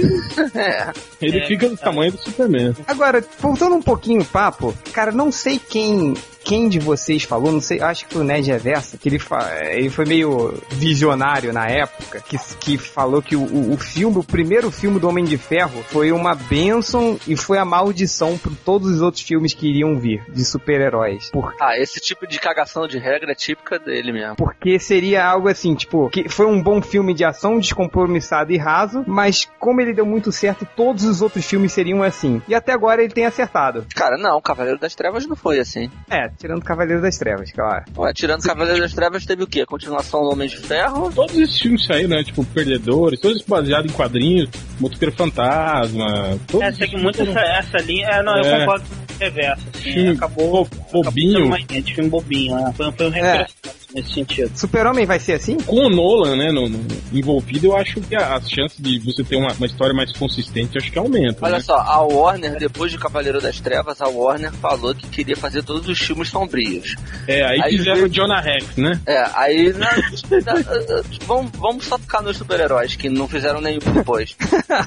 Speaker 3: É.
Speaker 1: ele fica do tamanho do Superman. né?
Speaker 2: Agora, voltando um pouquinho o papo, cara, não sei quem quem de vocês falou, não sei, acho que foi o Ned Reversa, que ele, fa- ele foi meio visionário na época, que, que falou que o, o- o filme, o primeiro filme do Homem de Ferro foi uma bênção e foi a maldição para todos os outros filmes que iriam vir de super-heróis. Por
Speaker 3: Ah, esse tipo de cagação de regra é típica dele mesmo.
Speaker 2: porque seria algo assim, tipo, que foi um bom filme de ação, descompromissado e raso, mas como ele deu muito certo, todos os outros filmes seriam assim. E até agora ele tem acertado.
Speaker 3: Cara, não, Cavaleiro das Trevas não foi assim.
Speaker 2: É, tirando Cavaleiro das Trevas, claro.
Speaker 3: Ué, tirando Cavaleiro das Trevas, teve o quê? A continuação do Homem de Ferro?
Speaker 1: Todos esses filmes saíram, né? Tipo, Perdedores, todos baseados em quadrinhos, Motoqueiro Fantasma, todos
Speaker 6: É, sei que muito essa, essa linha. É, não, eu
Speaker 1: É.
Speaker 6: concordo com o reverso. Assim,
Speaker 1: Filme
Speaker 6: acabou.
Speaker 1: bobinho.
Speaker 6: Acabou uma ideia de filme bobinho. Né? Foi,
Speaker 3: É.
Speaker 6: foi um regresso nesse sentido.
Speaker 2: Super-Homem vai ser assim? (laughs)
Speaker 1: com o Nolan, né, no, no- envolvido, eu acho que a- as chances de você ter uma, uma história mais consistente, acho que aumentam.
Speaker 3: Olha
Speaker 1: né?
Speaker 3: só, a Warner, depois de Cavaleiro das Trevas, a Warner falou que queria fazer todos os filmes sombrios.
Speaker 1: É, aí,
Speaker 3: Aí
Speaker 1: fizeram
Speaker 3: veio-
Speaker 1: o Jonah Rex, né?
Speaker 3: É, aí. na- na- (laughs) vamos, vamos só ficar nos super-heróis, que não fizeram nenhum
Speaker 1: (laughs)
Speaker 3: depois.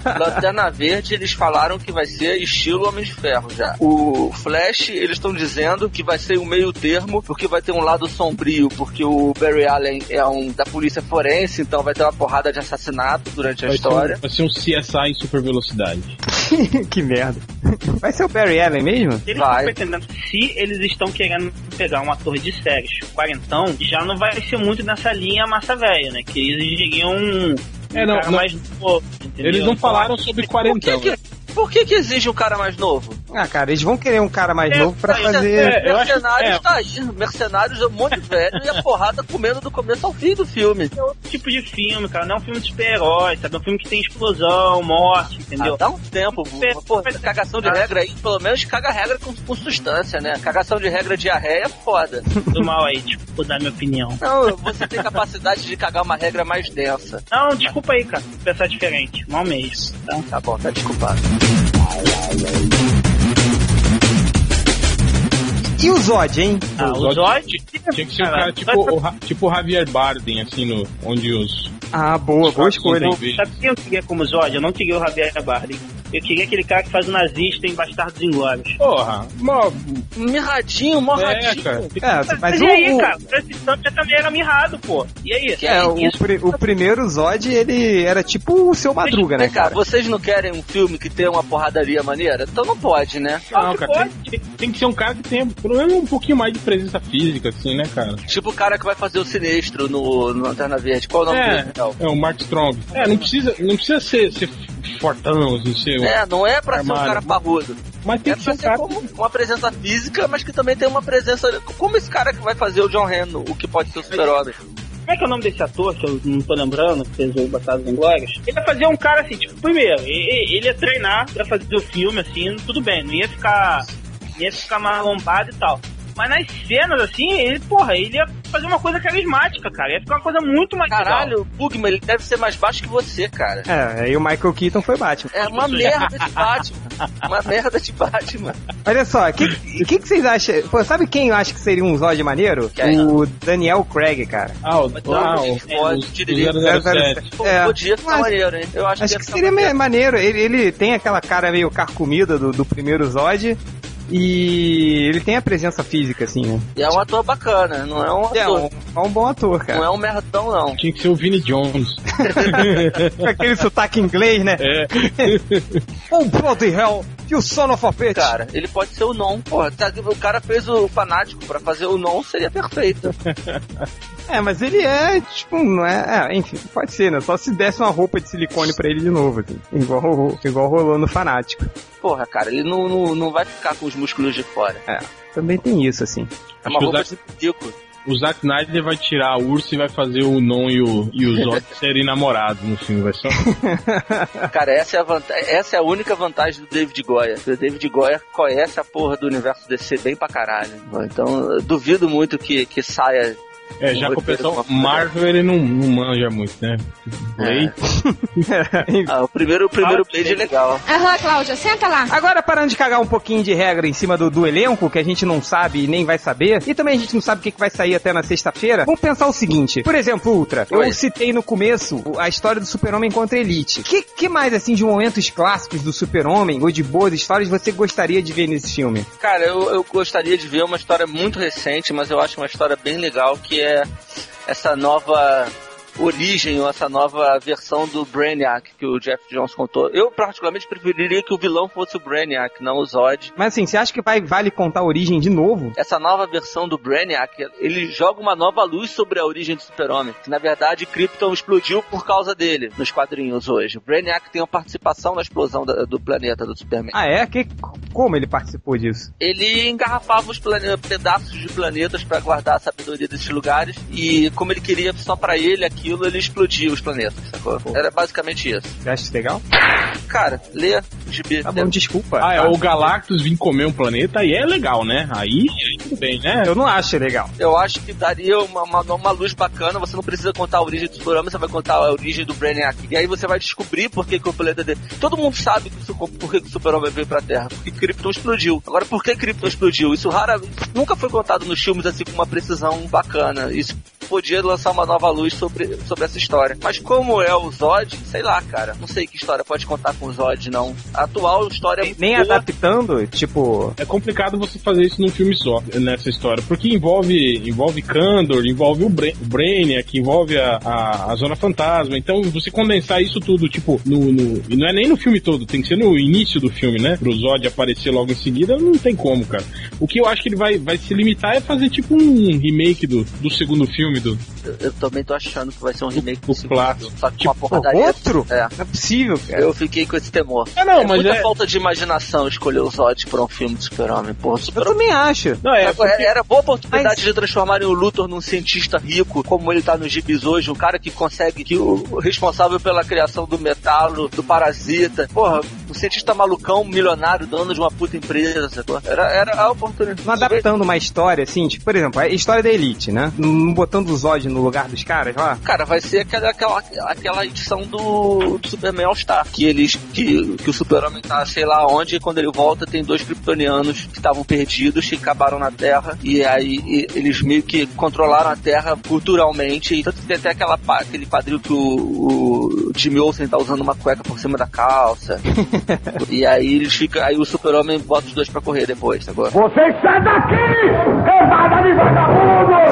Speaker 3: Lanterna Verde, eles falaram que vai ser estilo Homem de Ferro já. O Flash, eles estão dizendo que vai ser um meio termo, porque vai ter um lado sombrio, porque o Barry Allen é um da polícia forense, então vai ter uma porrada de assassinato durante a
Speaker 1: Vai ser,
Speaker 3: história.
Speaker 1: um, vai ser um CSI em super velocidade.
Speaker 2: que merda. Vai ser o Barry Allen mesmo?
Speaker 6: Eles
Speaker 3: Vai.
Speaker 6: estão tá pretendendo, se eles estão querendo pegar um ator de séries quarentão, já não vai ser muito nessa linha massa velha, né? Que eles diriam um,
Speaker 1: É, não,
Speaker 6: cara
Speaker 1: não.
Speaker 6: mais novo, entendeu?
Speaker 1: Eles não
Speaker 6: Então,
Speaker 1: falaram sobre
Speaker 3: Por que,
Speaker 1: quarentão. né?
Speaker 3: que- por que que exige um cara mais novo?
Speaker 2: Ah, cara, eles vão querer um cara mais
Speaker 6: É,
Speaker 2: novo pra
Speaker 3: Aí,
Speaker 2: fazer.
Speaker 1: é, eu acho-
Speaker 3: mercenários
Speaker 1: é.
Speaker 3: tá aí. Mercenários é um monte de velho e a porrada comendo do começo ao fim do filme.
Speaker 6: outro tipo de filme, cara. Não é um filme de super-herói, sabe? É um filme que tem explosão, morte,
Speaker 3: Ah,
Speaker 6: entendeu?
Speaker 3: dá um tempo,
Speaker 6: Pe-
Speaker 3: pô,
Speaker 6: pe-
Speaker 3: cagação de
Speaker 6: Ah.
Speaker 3: regra aí, pelo menos caga regra com, com substância, né? Cagação de regra diarreia é foda.
Speaker 6: Do mal aí, tipo, vou dar minha opinião.
Speaker 3: Não, você tem capacidade de cagar uma regra mais densa.
Speaker 6: Não, desculpa aí, cara. Pensar diferente. Mal mesmo. Tá?
Speaker 3: Tá bom, tá desculpado.
Speaker 2: E o Zod, hein?
Speaker 6: Ah, o Zod?
Speaker 1: Tinha que ser um cara tipo o, Ra- tipo o Javier Bardem, assim, no, onde os...
Speaker 2: Ah, boa, boa escolha. hein?
Speaker 1: Veja.
Speaker 6: Sabe quem eu queria como Zod? Eu não queria o Javier Bardem. Eu queria aquele cara que faz o nazista em Bastardos Inglórios.
Speaker 1: Porra, mó...
Speaker 3: Mirradinho,
Speaker 1: É,
Speaker 3: morradinho.
Speaker 1: cara.
Speaker 2: É, mas
Speaker 6: e
Speaker 2: o,
Speaker 6: aí,
Speaker 2: o-
Speaker 6: cara? O Francis Sampia também era mirrado, pô. E aí?
Speaker 2: é, o,
Speaker 6: Isso
Speaker 2: pri- o primeiro Zod, ele era tipo o seu Madruga, né,
Speaker 3: Vem cá,
Speaker 2: cara?
Speaker 3: vocês não querem um filme que tenha uma porradaria maneira? Então não pode, né?
Speaker 1: assim, Não,
Speaker 6: que
Speaker 1: cara,
Speaker 6: pode.
Speaker 1: tem, tem que ser um cara que tenha pelo menos um pouquinho mais de presença física, assim, né, cara?
Speaker 3: Tipo o cara que vai fazer o sinistro no, no Lanterna Verde. Qual o nome
Speaker 1: É.
Speaker 3: dele? então? Não.
Speaker 1: É o Mark Strong. É, não precisa, não precisa ser, ser fortão, assim, ser... um-
Speaker 3: É, não é pra ser um
Speaker 1: Armário.
Speaker 3: cara parrudo.
Speaker 1: Mas tem
Speaker 3: É
Speaker 1: que ser
Speaker 3: pra
Speaker 1: um
Speaker 3: ser
Speaker 1: cara...
Speaker 3: como uma presença física, mas que também tem uma presença. Como esse cara que vai fazer o John Reno, o que pode ser o super-homem?
Speaker 6: Como é que é o nome desse ator, que eu não tô lembrando, que fez o Bastardos Inglórios? Ele vai fazer um cara assim, tipo, primeiro, e- e- ele ia treinar pra fazer o filme, assim, tudo bem, não ia ficar. não ia ficar marlombado e tal. Mas nas cenas, assim, ele, porra, ele ia fazer uma coisa carismática, cara. Ia ficar uma coisa muito mais legal.
Speaker 3: Caralho, o Bugman, ele deve ser mais baixo que você, cara.
Speaker 2: É, aí o Michael Keaton foi Batman.
Speaker 3: É uma merda de Batman. Uma merda de Batman.
Speaker 2: Olha só, o que, que, que vocês acham? Pô, sabe quem eu acho que seria um Zod maneiro?
Speaker 3: Quem?
Speaker 2: O Daniel Craig, cara.
Speaker 1: Ah, o, ah, o,
Speaker 3: Pode,
Speaker 1: o,
Speaker 3: diria.
Speaker 1: o 007.
Speaker 3: Pô,
Speaker 2: É.
Speaker 3: Podia ficar
Speaker 2: Mas-
Speaker 3: maneiro, hein? Eu acho, é
Speaker 2: Acho
Speaker 3: ia
Speaker 2: que
Speaker 3: ficar
Speaker 2: seria
Speaker 3: maneiro.
Speaker 2: me- maneiro. Ele, ele tem aquela cara meio carcomida do, do primeiro Zod. E ele tem a presença física, assim. né?
Speaker 3: E é um ator bacana, não é um ator.
Speaker 2: É um, é um bom ator,
Speaker 3: Não
Speaker 2: cara.
Speaker 3: é um merdão, não.
Speaker 1: Tinha que ser o Vinnie Jones.
Speaker 3: é
Speaker 2: Com (laughs)
Speaker 3: um
Speaker 2: aquele sotaque inglês, né?
Speaker 1: É.
Speaker 2: Oh, bloody hell, you son of a bitch.
Speaker 3: Cara, ele pode ser o non, porra. Tá, O cara fez o fanático pra fazer o non, seria perfeito.
Speaker 2: É, mas ele é, tipo, não é... é, enfim, pode ser, né? Só se desse uma roupa de silicone pra ele de novo, assim. Igual, ro- igual rolou no Fanático.
Speaker 3: porra, cara, ele não, não, não vai ficar com os músculos de fora.
Speaker 2: Também tem isso, assim. (laughs)
Speaker 3: É uma
Speaker 1: Acho que o
Speaker 3: roupa
Speaker 1: Zack-
Speaker 3: de pico.
Speaker 1: O Zack Snyder vai tirar a urso e vai fazer o Non e o, e o (laughs) Zod serem namorados no filme. Vai ser uma-
Speaker 3: Cara, essa é, a vanta- essa é a única vantagem do David Goya. O David Goya conhece a porra do universo DC bem pra caralho. Então, eu duvido muito que, que saia.
Speaker 1: É, já
Speaker 3: Vai
Speaker 1: que o
Speaker 3: ter
Speaker 1: pessoal
Speaker 3: uma-
Speaker 1: Marvel ele não, não manja muito, né? Blade.
Speaker 2: É,
Speaker 3: Ah, o primeiro, o primeiro Blade é legal.
Speaker 7: Aham, Cláudia, senta lá.
Speaker 2: Agora, parando de cagar um pouquinho de regra em cima do, do elenco, que a gente não sabe e nem vai saber, e também a gente não sabe o que, que vai sair até na sexta-feira, vamos pensar o seguinte. Por exemplo, Ultra, eu
Speaker 3: Oi.
Speaker 2: citei no começo a história do super-homem contra a Elite. Que, que mais, assim, de momentos clássicos do super-homem, ou de boas histórias, você gostaria de ver nesse filme?
Speaker 3: Cara, eu, eu gostaria de ver uma história muito recente, mas eu acho uma história bem legal, que é essa nova origem, ou essa nova versão do Brainiac que o Jeff Jones contou. Eu, particularmente, preferiria que o vilão fosse o Brainiac, não o Zod.
Speaker 2: Mas, assim, você acha que vai, vale contar a origem de novo?
Speaker 3: essa nova versão do Brainiac, ele joga uma nova luz sobre a origem do Super-Homem. Que na verdade Krypton explodiu por causa dele nos quadrinhos hoje. O Brainiac tem uma participação na explosão da- do planeta do Superman.
Speaker 2: Ah, é? Que, como ele participou disso?
Speaker 3: Ele engarrafava os plane- pedaços de planetas para guardar a sabedoria desses lugares e como ele queria só pra ele aquilo, ele explodia os planetas, sacou? Era basicamente isso.
Speaker 2: Você acha isso legal?
Speaker 3: Cara, lê gibi.
Speaker 2: Tá bom, desculpa.
Speaker 1: Ah, é, o Galactus vir comer um planeta aí é legal, né? Aí tudo bem, né?
Speaker 2: Eu não acho legal.
Speaker 3: Eu acho que daria uma, uma, uma luz bacana. Você não precisa contar a origem do Superman, você vai contar a origem do Brainiac. E aí você vai descobrir por que, que o planeta dele. Todo mundo sabe que o su- por que, que o Superman veio pra Terra. Porque Krypton explodiu. Agora, por que Krypton explodiu? Isso rara, nunca foi contado nos filmes assim com uma precisão bacana. Isso podia lançar uma nova luz sobre, sobre essa história. Mas como é o Zod, sei lá, cara. Não sei que história pode contar com o Zod, não. A atual história é
Speaker 2: Nem
Speaker 3: boa.
Speaker 2: adaptando, tipo,
Speaker 1: É complicado você fazer isso num filme só, nessa história, porque envolve envolve Candor, envolve o, Bra o Brainiac, envolve a, a, a Zona Fantasma. Então, você condensar isso tudo, tipo, no, no- e não é nem no filme todo, tem que ser no início do filme, né? Pro Zod aparecer logo em seguida, não tem como, cara. O que eu acho que ele vai, vai se limitar é fazer, tipo, um remake do, do segundo filme, do,
Speaker 3: Eu, eu também tô achando que vai ser um remake
Speaker 1: do
Speaker 3: desse-
Speaker 1: clássico.
Speaker 3: Só que com uma porradaria.
Speaker 2: Tipo, outro?
Speaker 3: É.
Speaker 2: Não é possível, cara.
Speaker 3: Eu fiquei com esse temor.
Speaker 1: Ah, não,
Speaker 3: é
Speaker 1: mas
Speaker 3: muita
Speaker 1: é.
Speaker 3: falta de imaginação escolher o Zod pra um filme de super-homem. Porra,
Speaker 2: Eu
Speaker 3: super
Speaker 2: também acho.
Speaker 1: Não, é,
Speaker 3: Era- Era boa oportunidade de transformarem o Luthor num cientista rico, como ele tá nos gibis hoje, um cara que consegue, que o o responsável pela criação do metalo, do parasita. Porra, um cientista malucão, milionário, dono de uma puta empresa. sacou? Era, era a oportunidade.
Speaker 2: Não adaptando uma história, assim, tipo, por exemplo, a história da Elite, né? Não não botando o Zod no lugar dos caras lá.
Speaker 3: Cara, vai ser aquela, aquela, aquela edição do, do Superman All-Star. Que eles. Que, que o Super-Homem tá sei lá onde, e quando ele volta, tem dois kryptonianos que estavam perdidos, que acabaram na Terra. E aí e- eles meio que controlaram a Terra culturalmente. E tanto que tem até aquela, pa- aquele quadril que o, o Jimmy Olsen tá usando uma cueca por cima da calça. e aí eles ficam. Aí o Super-Homem bota os dois pra correr depois, tá agora.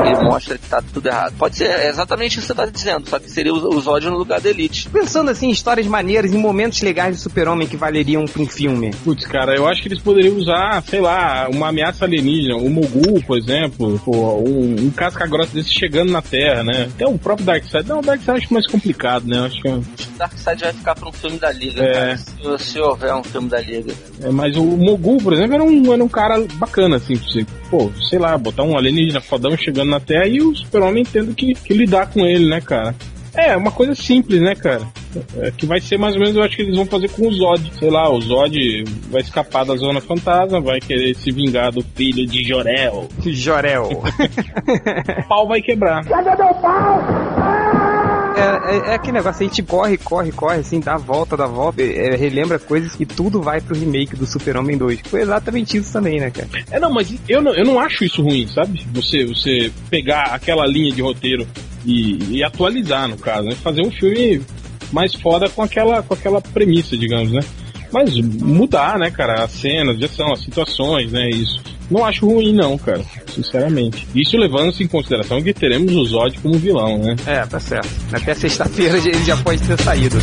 Speaker 3: E mostra que tá tudo errado. Pode ser é exatamente isso que você tá dizendo, só que seria o, o Zod no lugar da Elite.
Speaker 2: Pensando, assim, em histórias maneiras e momentos legais do super-homem que valeriam pra um filme.
Speaker 1: Putz, cara, eu acho que eles poderiam usar, sei lá, uma ameaça alienígena, o Mogul, por exemplo, pô, um, um casca-grossa desse chegando na Terra, né? Até o próprio Darkseid. Não, o Darkseid acho que é mais complicado, né? Eu Acho que é-
Speaker 3: Darkseid vai ficar pra um filme da Liga,
Speaker 1: É.
Speaker 3: cara. Se, se houver um filme da Liga.
Speaker 1: é, mas o Mogul, por exemplo, era um, era um cara bacana, assim, pra você, pô, sei lá, botar um alienígena fodão chegando na Terra e o super-homem tendo que, que lidar com ele, né, cara? É, uma coisa simples, né, cara? É, que vai ser mais ou menos, eu acho que eles vão fazer com o Zod. Sei lá, o Zod vai escapar da Zona Fantasma, vai querer se vingar do filho de Jorel.
Speaker 2: Jorel.
Speaker 1: O pau vai quebrar.
Speaker 2: é, é, é aquele negócio, a gente corre, corre, corre, assim, dá a volta, dá a volta, é, é, relembra coisas e tudo vai pro remake do Super-Homem 2. Foi exatamente isso também, né, cara?
Speaker 1: É, não, mas eu não, eu não acho isso ruim, sabe? Você, você pegar aquela linha de roteiro e, e atualizar, no caso, né? Fazer um filme mais foda com aquela, com aquela premissa, digamos, né? Mas mudar, né, cara, as cenas de ação, as situações, né, isso. Não acho ruim, não, cara, sinceramente. Isso levando-se em consideração que teremos o Zod como vilão, né?
Speaker 2: É, tá certo. Até sexta-feira ele já pode ter saído.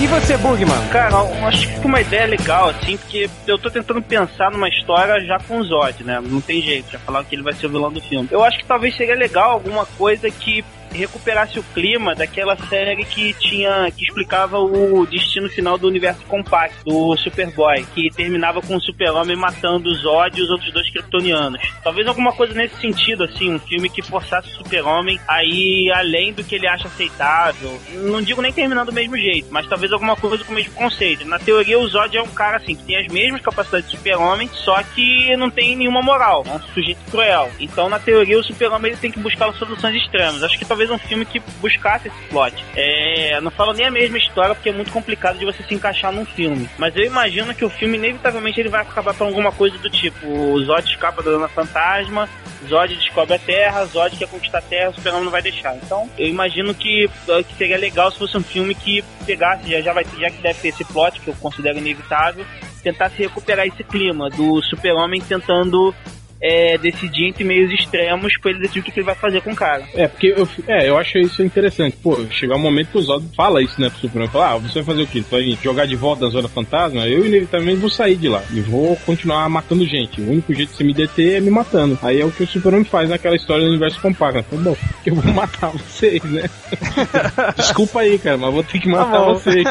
Speaker 2: E ser Bugman?
Speaker 6: Cara, eu acho que uma ideia legal, assim, porque eu tô tentando pensar numa história já com o Zod, né? Não tem jeito, já falaram que ele vai ser o vilão do filme. Eu acho que talvez seria legal alguma coisa que recuperasse o clima daquela série que tinha que explicava o destino final do universo compacto do Superboy, que terminava com o Super-Homem matando o Zod e os outros dois kryptonianos. Talvez alguma coisa nesse sentido assim, um filme que forçasse o Super-Homem a ir além do que ele acha aceitável. Não digo nem terminar do mesmo jeito, mas talvez alguma coisa com o mesmo conceito. Na teoria o Zod é um cara assim que tem as mesmas capacidades do Super-Homem, só que não tem nenhuma moral, é um sujeito cruel. Então na teoria o Super-Homem ele tem que buscar soluções extremas. Acho que talvez talvez um filme que buscasse esse plot. É, não falo nem a mesma história porque é muito complicado de você se encaixar num filme. Mas eu imagino que o filme inevitavelmente ele vai acabar com alguma coisa do tipo: o Zod escapa da Dona Fantasma, Zod descobre a Terra, Zod quer conquistar a Terra, o Superman não vai deixar. Então eu imagino que, eh, que seria legal se fosse um filme que pegasse, já, já, vai, já que deve ter esse plot que eu considero inevitável, tentasse recuperar esse clima do Super-Homem tentando é, decidir entre meios extremos pra ele decidir o que que ele vai fazer com o cara.
Speaker 1: É, porque eu, fi- é, eu acho isso interessante. Pô, chegar um momento que o Zod fala isso, né, pro Superman. Fala, ah, você vai fazer o quê? Você vai jogar de volta na Zona Fantasma? Eu, inevitavelmente, vou sair de lá. E vou continuar matando gente. O único jeito de você me deter é me matando. Aí é o que o Superman faz naquela história do universo compacto. Tá bom, eu vou (laughs) matar vocês, né? (laughs) Desculpa aí, cara, mas vou ter que matar
Speaker 2: Tá bom. (laughs)
Speaker 1: vocês.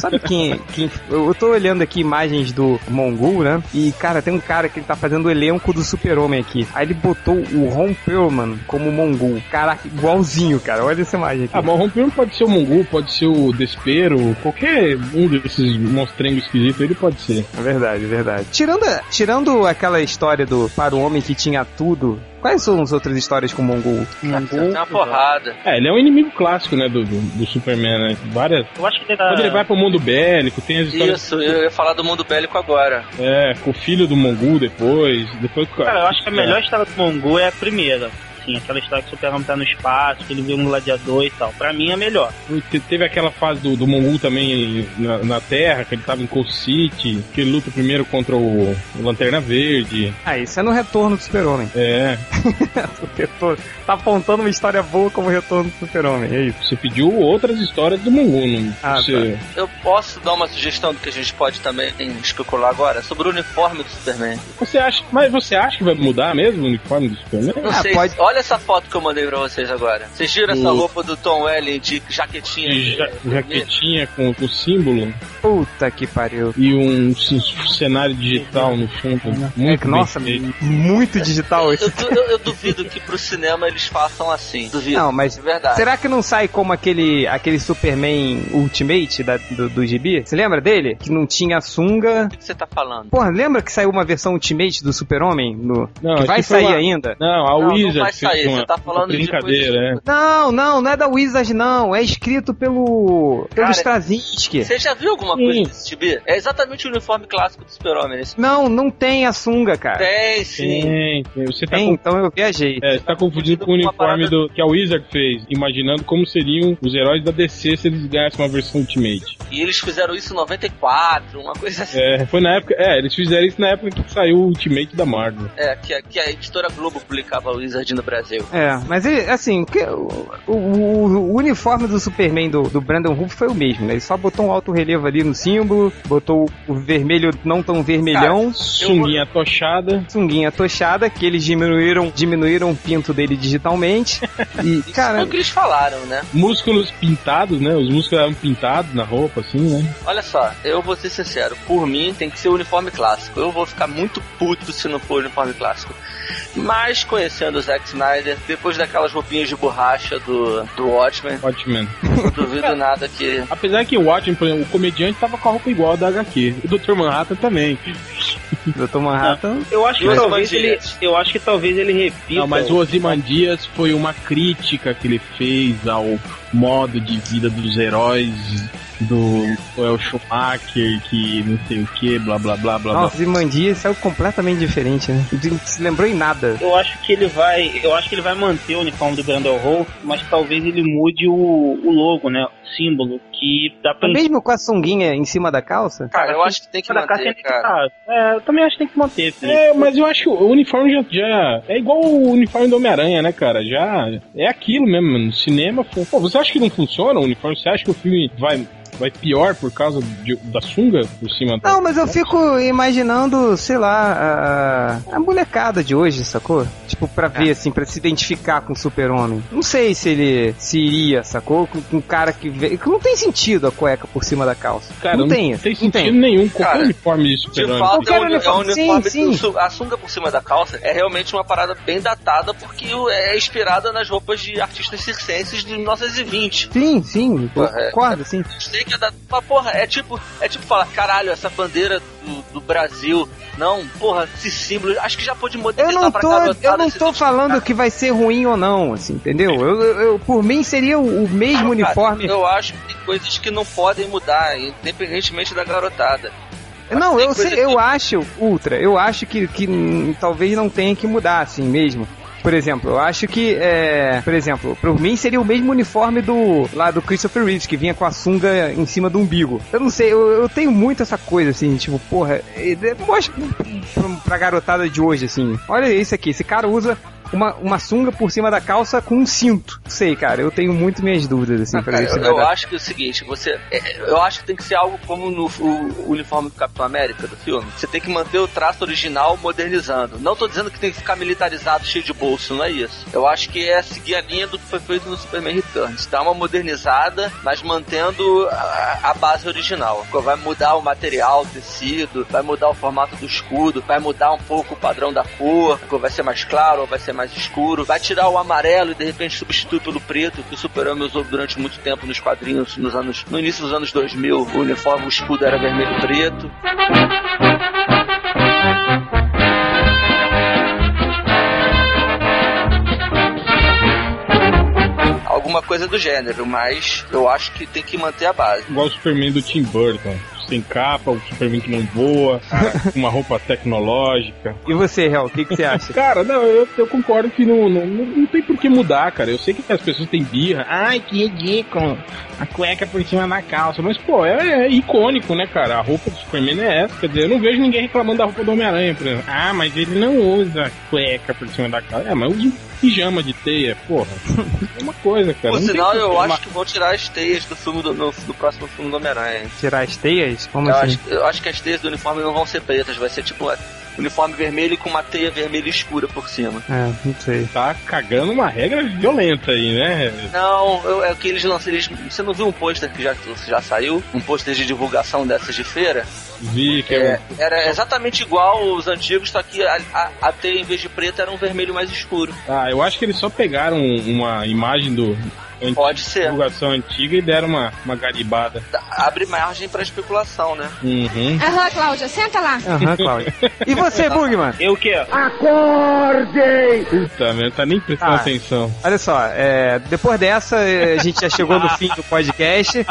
Speaker 2: Sabe quem, quem. Eu eu tô olhando aqui imagens do Mongul, né? E, cara, tem um cara que ele tá fazendo o elenco do Super-Homem aqui. Aí ele botou o Ron Perlman como Mongul. Caraca, igualzinho, cara. Olha essa imagem aqui.
Speaker 1: Ah, mas o Rompiano pode ser o Mongu, pode ser o Despero, qualquer um desses monstrengos esquisitos, ele pode ser.
Speaker 2: É verdade, é verdade. Tirando, a- tirando aquela história do Para o Homem que Tinha Tudo, quais são as outras histórias com o Mongol?
Speaker 3: Tem
Speaker 2: né?
Speaker 3: uma porrada.
Speaker 1: É, ele é um inimigo clássico, né, do, do, do Superman, né? Várias.
Speaker 6: Eu acho que
Speaker 1: Quando ele
Speaker 6: era...
Speaker 1: vai pro mundo bélico, tem as
Speaker 2: um
Speaker 1: histórias.
Speaker 3: Isso, eu ia falar do mundo bélico agora.
Speaker 1: É, com o filho do Mongu depois. Depois é, com a-
Speaker 6: Cara, eu acho que a melhor história do Mongo é a primeira. Sim, aquela história que o Superman tá no espaço, que ele vê um gladiador e tal. Pra mim é a melhor.
Speaker 1: Te- Teve aquela fase do, do Mongu também na, na Terra, que ele tava em Cold City, que ele luta primeiro contra o, o Lanterna Verde.
Speaker 2: Ah, isso é no Retorno do Super-Homem.
Speaker 1: É,
Speaker 2: O Retorno- Tá apontando uma história boa como Retorno do Super-Homem, é isso.
Speaker 1: você pediu outras histórias do Mongu, não
Speaker 2: Ah,
Speaker 1: você-
Speaker 3: Eu posso dar uma sugestão do que a gente pode também especular agora? Sobre o uniforme do Superman.
Speaker 6: tá.
Speaker 1: Você acha, mas você acha que vai mudar mesmo o uniforme do Superman?
Speaker 3: Não
Speaker 2: Ah,
Speaker 3: sei,
Speaker 2: pode-
Speaker 3: olha essa foto que eu mandei pra vocês agora. Vocês viram essa
Speaker 1: Hum.
Speaker 3: roupa do Tom Welling de jaquetinha?
Speaker 1: De ja- jaquetinha com, com o símbolo
Speaker 2: Puta que pariu.
Speaker 1: e um c- cenário digital no fundo.
Speaker 2: É
Speaker 1: Muito
Speaker 2: que, nossa,
Speaker 1: bem feito.
Speaker 2: muito digital
Speaker 3: Eu,
Speaker 2: esse.
Speaker 3: du- eu- eu duvido que pro cinema eles façam assim. Duvido.
Speaker 2: Não, mas
Speaker 3: de verdade.
Speaker 2: Será que não sai como aquele, aquele Superman Ultimate da- do, do GB? Você lembra dele? Que não tinha sunga.
Speaker 3: O que você tá falando?
Speaker 2: Porra, lembra que saiu uma versão Ultimate do Super-Homem? No...
Speaker 1: Não,
Speaker 2: que vai
Speaker 1: esse foi
Speaker 2: sair
Speaker 1: uma-
Speaker 2: ainda?
Speaker 1: Não, a
Speaker 3: Não, não
Speaker 1: Wizard
Speaker 3: vai sair,
Speaker 1: fez uma,
Speaker 3: você tá falando
Speaker 1: uma
Speaker 3: de
Speaker 1: brincadeira, né?
Speaker 2: Não, não, não é da Wizard, não. É escrito pelo. pelo
Speaker 3: Cara,
Speaker 2: Stravinsky.
Speaker 3: Você já viu alguma coisa
Speaker 1: Sim.
Speaker 3: desse gibi? É exatamente o uniforme clássico do Super-Homem. né? esse.
Speaker 2: Não, não tem a sunga, cara.
Speaker 3: Tem, sim.
Speaker 1: Tem, tem. Você tá,
Speaker 2: Tem,
Speaker 1: com-
Speaker 2: então eu viajei.
Speaker 1: é, você tá confundindo com o
Speaker 3: Uma
Speaker 1: uniforme
Speaker 3: parada-
Speaker 1: do, que a Wizard fez, imaginando como seriam os heróis da DC se eles ganhassem uma versão Ultimate.
Speaker 3: E eles fizeram isso em 94, uma coisa assim.
Speaker 1: É, foi na época. É, eles fizeram isso na época que saiu o Ultimate da Marvel.
Speaker 3: É, que, a- que a editora Globo publicava o Wizard no Brasil.
Speaker 2: É, mas ele, assim, o que- o, o- o uniforme do Superman do, do Brandon Roof foi o mesmo, né? Ele só botou um alto relevo ali no símbolo, botou o vermelho não tão vermelhão,
Speaker 1: Sunguinha tochada.
Speaker 2: sunguinha tochada, que eles diminuíram, diminuíram o pinto dele digitalmente. E,
Speaker 3: (laughs) Isso foi
Speaker 2: cara,
Speaker 3: o que eles falaram, né?
Speaker 1: músculos pintados, né? Os músculos eram pintados na roupa, assim, né?
Speaker 3: Olha só, eu vou ser sincero, por mim tem que ser o uniforme clássico. Eu vou ficar muito puto se não for o uniforme clássico. Mas conhecendo o Zack Snyder, depois daquelas roupinhas de borracha do, do Watchmen,
Speaker 1: Watchmen.
Speaker 3: não duvido nada que.
Speaker 1: Apesar que o Watchmen, por exemplo, o comediante tava com a roupa igual a da HQ. O Dr. Manhattan também. Então,
Speaker 2: Dr. Manhattan.
Speaker 6: Eu acho que
Speaker 3: Duas
Speaker 6: talvez ele.
Speaker 3: bandeiras.
Speaker 6: Eu acho que talvez ele repita.
Speaker 1: Não, mas o
Speaker 6: o-
Speaker 1: Ozymandias foi uma crítica que ele fez ao modo de vida dos heróis do Joel Schumacher, que não sei o que, blá blá blá blá blá.
Speaker 2: Nossa, e Mandia saiu completamente diferente, né? Não se lembrou em nada.
Speaker 6: Eu acho que ele vai. Eu acho que ele vai manter o uniforme do Brandon Rolf, mas talvez ele mude o, o logo, né? O símbolo. Que dá pra
Speaker 2: Mesmo com a sunguinha em cima da calça,
Speaker 3: Cara, eu acho que tem que
Speaker 6: Cada carta é
Speaker 3: manter, cara.
Speaker 6: inevitável. É, eu também acho que tem que manter, Felipe.
Speaker 1: É, mas eu acho que o uniforme já, já- é igual o uniforme do Homem-Aranha, né, cara? Já é aquilo mesmo, mano. No cinema, pô, você acha que não funciona o uniforme? Você acha que o filme vai vai pior por causa de- da sunga por cima da.
Speaker 2: Não, mas eu fico imaginando, sei lá, a, a molecada de hoje, sacou? Tipo, pra ver, assim, pra se identificar com o super-homem. Não sei se ele se iria, sacou? Com, com um cara que vê. que não tem sentido a cueca por cima da calça.
Speaker 1: Cara,
Speaker 2: não, tem.
Speaker 1: tem
Speaker 2: não
Speaker 1: sentido
Speaker 2: tem.
Speaker 1: nenhum qualquer
Speaker 3: Cara,
Speaker 1: uniforme de
Speaker 3: De
Speaker 1: super-herói.
Speaker 3: fato, é
Speaker 2: Qualquer
Speaker 3: um uni- é um
Speaker 2: uniforme, sim,
Speaker 3: uniforme.
Speaker 2: sim.
Speaker 3: que su- A sunga por cima da calça é realmente uma parada bem datada porque o- é inspirada nas roupas de artistas circenses de 1920.
Speaker 2: Sim, sim, eu
Speaker 3: Porra, é-
Speaker 2: concordo, sim.
Speaker 3: Sei que é da- mas, porra, é tipo, é tipo falar, caralho, essa bandeira do, do Brasil. Não, porra, esse símbolo. Acho que já pôde
Speaker 2: Eu
Speaker 3: modernizar
Speaker 2: não
Speaker 3: pra
Speaker 2: tô,
Speaker 3: cá,
Speaker 2: eu
Speaker 3: adotar
Speaker 2: não
Speaker 3: esse
Speaker 2: tô
Speaker 3: tipo de
Speaker 2: falando
Speaker 3: cara.
Speaker 2: que vai ser ruim ou não, assim, entendeu? Eu, eu- eu- por mim seria o, o mesmo
Speaker 3: Cara,
Speaker 2: uniforme.
Speaker 3: Eu acho que tem coisas que não podem mudar, independentemente da garotada.
Speaker 2: Não,
Speaker 3: tem
Speaker 2: eu
Speaker 3: coisa
Speaker 2: sei,
Speaker 3: que-
Speaker 2: eu acho, Ultra, eu acho que, que hum, talvez não tenha que mudar assim mesmo. Por exemplo, eu acho que, é, por exemplo, pra mim seria o mesmo uniforme do lá do Christopher Reeves, que vinha com a sunga em cima do umbigo. Eu não sei, eu, eu tenho muito essa coisa assim, tipo, porra, é, é, mostra pra, pra garotada de hoje, assim. Olha isso aqui, esse cara usa uma, uma sunga por cima da calça com um cinto. Não sei, cara, eu tenho muito minhas dúvidas, assim, pra
Speaker 3: Cara,
Speaker 2: ver se
Speaker 3: eu,
Speaker 2: vai
Speaker 3: eu
Speaker 2: dar.
Speaker 3: acho que é o seguinte, você. é, é, Eu acho que tem que ser algo como no o, o uniforme do Capitão América do filme. Você tem que manter o traço original modernizando. Não tô dizendo que tem que ficar militarizado, cheio de bolso, não é isso. Eu acho que é seguir a linha do que foi feito no Superman Returns. Dar uma modernizada, mas mantendo a, a base original. Vai mudar o material, o tecido, vai mudar o formato do escudo, vai mudar um pouco o padrão da cor, vai ser mais claro ou vai ser mais escuro, vai tirar o amarelo e de repente substitui pelo preto, que o Super-Homem usou durante muito tempo nos quadrinhos, nos anos, no início dos anos 2000, o uniforme, o escudo era vermelho e preto. Alguma coisa do gênero, mas eu acho que tem que manter a base.
Speaker 1: Igual o Superman do Tim Burton. Sem capa, o Superman que não
Speaker 3: (laughs)
Speaker 1: voa, cara, com uma roupa tecnológica.
Speaker 2: E você, Hel, o que, que você acha?
Speaker 1: Cara, não, eu, eu concordo que não, não, não- não tem por que mudar, cara. Eu sei que as pessoas têm birra.
Speaker 4: Ai, que ridículo.
Speaker 1: A cueca por cima da calça. Mas, pô, é, é icônico, né, cara? A roupa do Superman é essa. Quer dizer, eu não vejo ninguém reclamando da roupa do Homem-Aranha, por exemplo. Ah, mas ele não usa cueca por cima da calça. É, mas usa um pijama de teia,
Speaker 3: (laughs)
Speaker 1: porra. É uma coisa, cara.
Speaker 3: Por
Speaker 1: Não tem
Speaker 3: sinal,
Speaker 1: como
Speaker 3: eu
Speaker 1: uma-
Speaker 3: acho que vão tirar as teias do filme do, no- do próximo filme do Homem-Aranha.
Speaker 2: Tirar as teias? Como
Speaker 3: Eu
Speaker 2: assim?
Speaker 3: acho, eu acho que as teias do uniforme não vão ser pretas, vai ser tipo um uniforme vermelho com uma teia vermelha escura por cima.
Speaker 2: É, não sei.
Speaker 1: Tá cagando uma regra violenta aí, né?
Speaker 3: Não, eu- é que eles lançaram. Eles, você não viu um pôster que já, já saiu? Um pôster de divulgação dessas de feira?
Speaker 1: Vi que é
Speaker 3: É, era exatamente igual os antigos, só que a, a, a teia em vez de preta era um vermelho mais escuro.
Speaker 1: Ah, eu acho que eles só pegaram uma imagem do antigo,
Speaker 3: Pode ser.
Speaker 1: divulgação antiga e deram uma, uma garibada.
Speaker 3: Dá- Abre margem pra especulação, né?
Speaker 1: Uhum.
Speaker 7: Aham, Cláudia, senta lá.
Speaker 2: Aham, Cláudio. E você, Bugman?
Speaker 6: Eu o quê?
Speaker 1: Puta, meu, tá nem prestando
Speaker 2: Ah.
Speaker 1: atenção.
Speaker 2: Olha só, é, depois dessa, é, a gente já chegou no fim do podcast.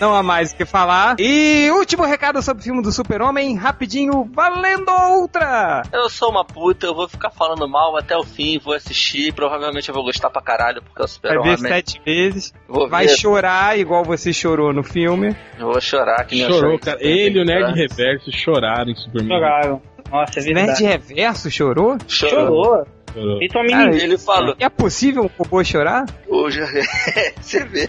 Speaker 2: Não há mais o que falar. E último recado sobre o filme do Super-Homem, rapidinho, valendo outra!
Speaker 3: Eu sou uma puta, eu vou ficar falando mal até o fim, vou assistir, provavelmente eu vou gostar pra caralho, porque
Speaker 2: Vai
Speaker 3: é o
Speaker 2: ver
Speaker 3: super-homem.
Speaker 2: sete vezes,
Speaker 3: Vou
Speaker 2: vai
Speaker 3: ver,
Speaker 2: chorar igual você chorou no filme.
Speaker 3: eu vou chorar que nem eu
Speaker 1: Chorou,
Speaker 3: chorei.
Speaker 1: cara. Ele e o Nerd Reverso choraram em Superman.
Speaker 6: Jogaram. Nossa, é
Speaker 2: Nerd
Speaker 6: verdade.
Speaker 2: Reverso chorou?
Speaker 3: né? Chorou.
Speaker 6: Chorou.
Speaker 1: Chorou.
Speaker 6: Então a
Speaker 3: Cara,
Speaker 6: menina.
Speaker 3: ele falou,
Speaker 2: É possível um robô chorar?
Speaker 3: hoje (laughs) você vê.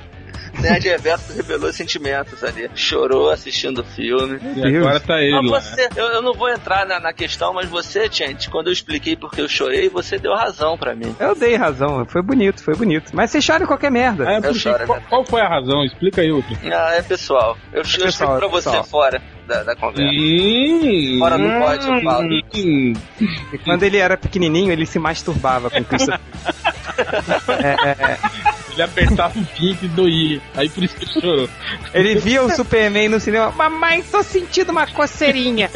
Speaker 3: Nerd Reverso revelou sentimentos ali. Chorou assistindo o filme.
Speaker 1: E agora tá ele
Speaker 3: Mas
Speaker 1: lá.
Speaker 3: Ah, você, eu, eu não vou entrar na, na questão, mas você, gente, quando eu expliquei porque eu chorei, você deu razão pra mim.
Speaker 2: Eu dei razão, foi bonito, foi bonito. Mas você chora em qualquer merda.
Speaker 1: Ah, é porque-
Speaker 3: choro, né?
Speaker 1: qual,
Speaker 3: cara.
Speaker 1: qual foi a razão? Explica aí, outro.
Speaker 3: Ah, é pessoal. Eu, eu
Speaker 2: pessoal,
Speaker 3: explico pra
Speaker 2: é pessoal.
Speaker 3: você fora da, da conversa.
Speaker 1: Hum,
Speaker 3: Fora É. não pode, eu falo.
Speaker 1: hum.
Speaker 2: E Quando ele era pequenininho, ele se masturbava com É, Christopher
Speaker 1: Ele apertava o pinto e doía. Aí por isso que ele chorou.
Speaker 2: Ele via o Superman no cinema. Mamãe, tô sentindo uma coceirinha.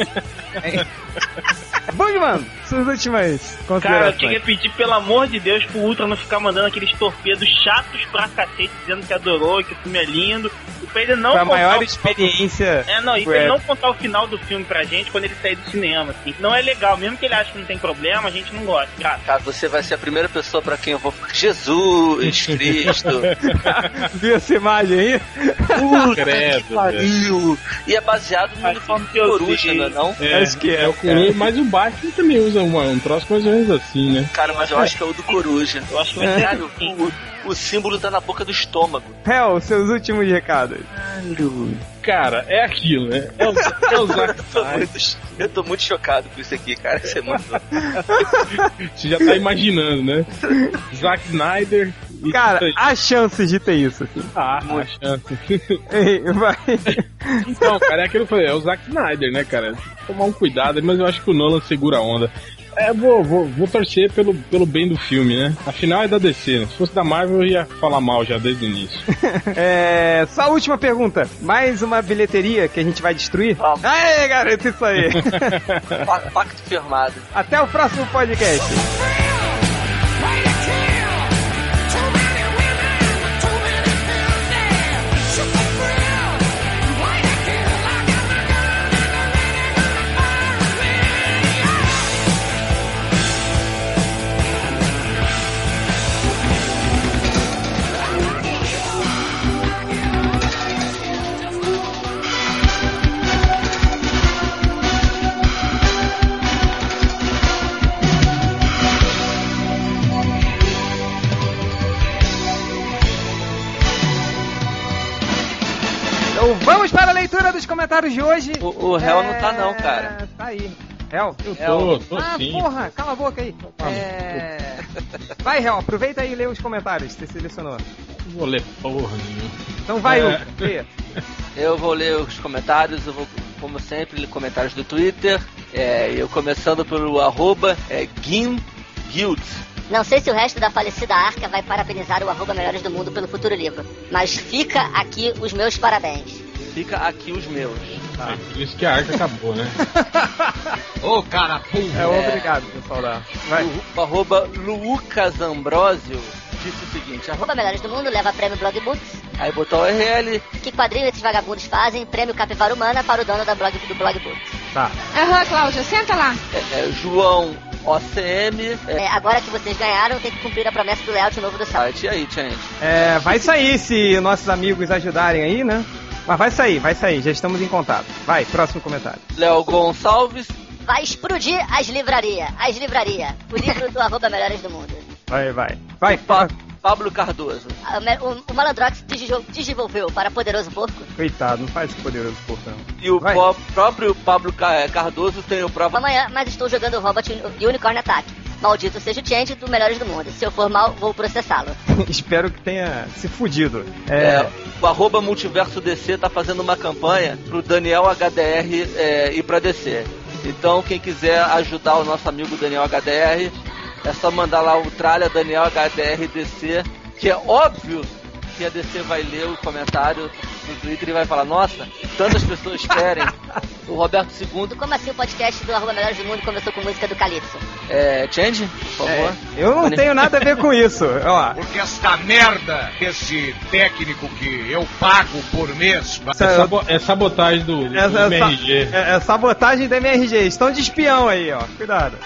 Speaker 2: Bugman, suas últimas
Speaker 6: Cara, eu
Speaker 2: considerações.
Speaker 6: tinha que pedir, pelo amor de Deus, pro Ultra não ficar mandando aqueles torpedos chatos pra cacete, dizendo que adorou, que o filme é lindo. E pra ele não
Speaker 2: Foi a
Speaker 6: contar
Speaker 2: maior
Speaker 6: o-
Speaker 2: experiência.
Speaker 6: É, não, e pra
Speaker 2: Ué.
Speaker 6: ele não contar o final do filme pra gente quando ele sair do cinema, assim. Não é legal, mesmo que ele ache que não tem problema, a gente não gosta. Cara,
Speaker 3: Cara, Tá, você vai ser a primeira pessoa pra quem eu vou ficar. Jesus Cristo!
Speaker 2: Viu essa imagem aí?
Speaker 3: Puta que
Speaker 1: Credo,
Speaker 3: pariu! E é baseado no
Speaker 6: Ai,
Speaker 3: uniforme de
Speaker 6: que eu
Speaker 3: coruja,
Speaker 6: sei.
Speaker 3: não é não?
Speaker 1: É,
Speaker 2: Acho que é,
Speaker 1: o Coruja, mas o Batman também usa uma- um troço mais ou menos assim, né?
Speaker 3: Cara, mas eu acho que é o do coruja.
Speaker 6: eu
Speaker 3: (laughs)
Speaker 6: acho que vai ser
Speaker 3: Caralho, o, o símbolo tá na boca do estômago.
Speaker 2: Hel, seus últimos recados.
Speaker 3: Caralho.
Speaker 1: Cara, é aquilo, né? É o, é o Zack
Speaker 3: (laughs) Tô
Speaker 1: Snyder.
Speaker 3: muito, eu tô muito chocado com isso aqui, cara. Isso é muito.
Speaker 1: Você já tá imaginando, né? Zack Snyder. e-
Speaker 2: Cara, há chances de ter isso. assim.
Speaker 1: Ah, a chance.
Speaker 2: Ei, vai. (laughs)
Speaker 1: Então, cara, é aquilo que eu falei, é o Zack Snyder, né, cara? Tem que Tomar um cuidado, mas eu acho que o Nolan segura a onda. É, vou, vou, vou torcer pelo, pelo bem do filme, né? Afinal é da DC, né? Se fosse da Marvel eu ia falar mal já desde o início.
Speaker 2: É, só a última pergunta. Mais uma bilheteria que a gente vai destruir?
Speaker 3: Ah.
Speaker 2: Aê, garoto, isso aí. (laughs)
Speaker 3: Pa- Pacto firmado.
Speaker 2: Até o próximo podcast. Então vamos para a leitura dos comentários de hoje.
Speaker 3: O, o réu
Speaker 2: É,
Speaker 3: não tá, não, cara. É,
Speaker 2: Tá aí. Hell.
Speaker 1: Eu (laughs) tô,
Speaker 3: Hell.
Speaker 1: tô
Speaker 2: ah,
Speaker 1: sim.
Speaker 2: porra, cala a boca aí. É... Vai, Hel, aproveita aí e lê os comentários que você selecionou.
Speaker 1: Não vou ler porra nenhuma.
Speaker 2: Então vai,
Speaker 1: É.
Speaker 2: Hugo, lê.
Speaker 3: Eu vou ler os comentários, eu vou, como sempre, ler comentários do Twitter. É, eu começando pelo arroba é, Gim Guild.
Speaker 7: Não sei se o resto da falecida arca vai parabenizar o arroba melhores do mundo pelo futuro livro, mas fica aqui os meus parabéns.
Speaker 3: Fica aqui os meus.
Speaker 2: Tá.
Speaker 1: Ah, por isso que a arca acabou,
Speaker 2: (laughs)
Speaker 1: né?
Speaker 8: Ô, cara,
Speaker 2: É,
Speaker 8: porra.
Speaker 2: obrigado, pessoal da. Vai.
Speaker 3: O, arroba Lucas Ambrosio disse o seguinte: arro-
Speaker 7: Arroba melhores do mundo leva prêmio Blog Books.
Speaker 3: aí botou o é, RL.
Speaker 7: Que quadrinho esses vagabundos fazem? Prêmio Capivara Humana para o dono da blog, do Blog Books.
Speaker 2: Tá.
Speaker 9: Aham, Cláudia, senta lá.
Speaker 3: é, é, João OCM. É,
Speaker 7: É, agora que vocês ganharam, tem que cumprir a promessa do layout novo do site.
Speaker 3: site aí, gente.
Speaker 2: É, vai sair se nossos amigos ajudarem aí, né? Mas vai sair, vai sair, já estamos em contato. Vai, próximo comentário.
Speaker 3: Léo Gonçalves.
Speaker 7: Vai explodir as livrarias. As livrarias. O livro do arroba melhores do mundo.
Speaker 2: Vai, vai. Vai,
Speaker 3: Pa- Pablo Cardoso.
Speaker 7: A- O, o Malandrox digio- desenvolveu para Poderoso Porco
Speaker 2: Coitado, não faz esse poderoso portão. (laughs)
Speaker 3: E o
Speaker 2: Vai.
Speaker 3: po- próprio Pablo Ca- Cardoso tem o prova
Speaker 7: amanhã, mas estou jogando Robot Uni- Unicorn Attack. Maldito seja o Change do Melhores do Mundo. Se eu for mal, vou processá-lo.
Speaker 2: Espero que tenha se fudido.
Speaker 3: É,
Speaker 2: É,
Speaker 3: o arroba multiverso DC tá fazendo uma campanha pro Daniel HDR é, ir pra DC. Então quem quiser ajudar o nosso amigo Daniel HDR, é só mandar lá o tralha Daniel HDR DC, que é óbvio que a DC vai ler o comentário no Twitter e vai falar, nossa, tantas
Speaker 2: (laughs)
Speaker 3: pessoas querem. o Roberto
Speaker 7: Do
Speaker 3: II,
Speaker 7: Como Assim o podcast do Arroba Melhores do Mundo começou com música do Calypso.
Speaker 3: é, change, por favor.
Speaker 2: É, eu não
Speaker 3: Mane-
Speaker 2: tenho nada a ver com isso. Ó, lá.
Speaker 8: Porque esta merda, esse técnico que eu pago por mês,
Speaker 1: É, sabo- é sabotagem do, do
Speaker 2: Tá. Essa- essa-
Speaker 1: MRG.
Speaker 2: é- é sabotagem da MRG. Estão de espião aí, ó. Cuidado.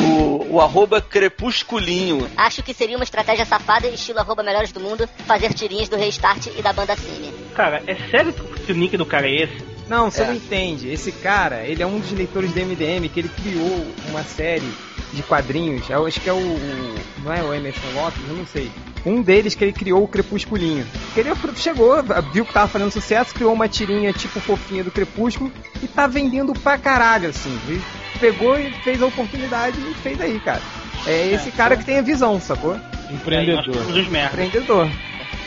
Speaker 3: O, o arroba crepusculinho.
Speaker 7: Acho que seria uma estratégia safada, estilo Arroba Melhores do Mundo, fazer tirinhas do Restart e da banda Cine.
Speaker 6: Cara, é sério que o nick do cara é esse?
Speaker 2: Não, você
Speaker 3: É.
Speaker 2: não entende. Esse cara, ele é um dos leitores do MDM que ele criou uma série de quadrinhos. Eu acho que é o, o- Não é o Emerson Lopes? Eu não sei. Um deles que ele criou o Crepusculinho. Que ele chegou, viu que tava fazendo sucesso, criou uma tirinha tipo fofinha do Crepúsculo e tá vendendo pra caralho, assim. E pegou e fez a oportunidade e fez aí, cara. É esse cara que tem a visão, sacou?
Speaker 6: Nós
Speaker 2: É,
Speaker 1: Empreendedor.
Speaker 6: somos uns merda.
Speaker 2: Empreendedor.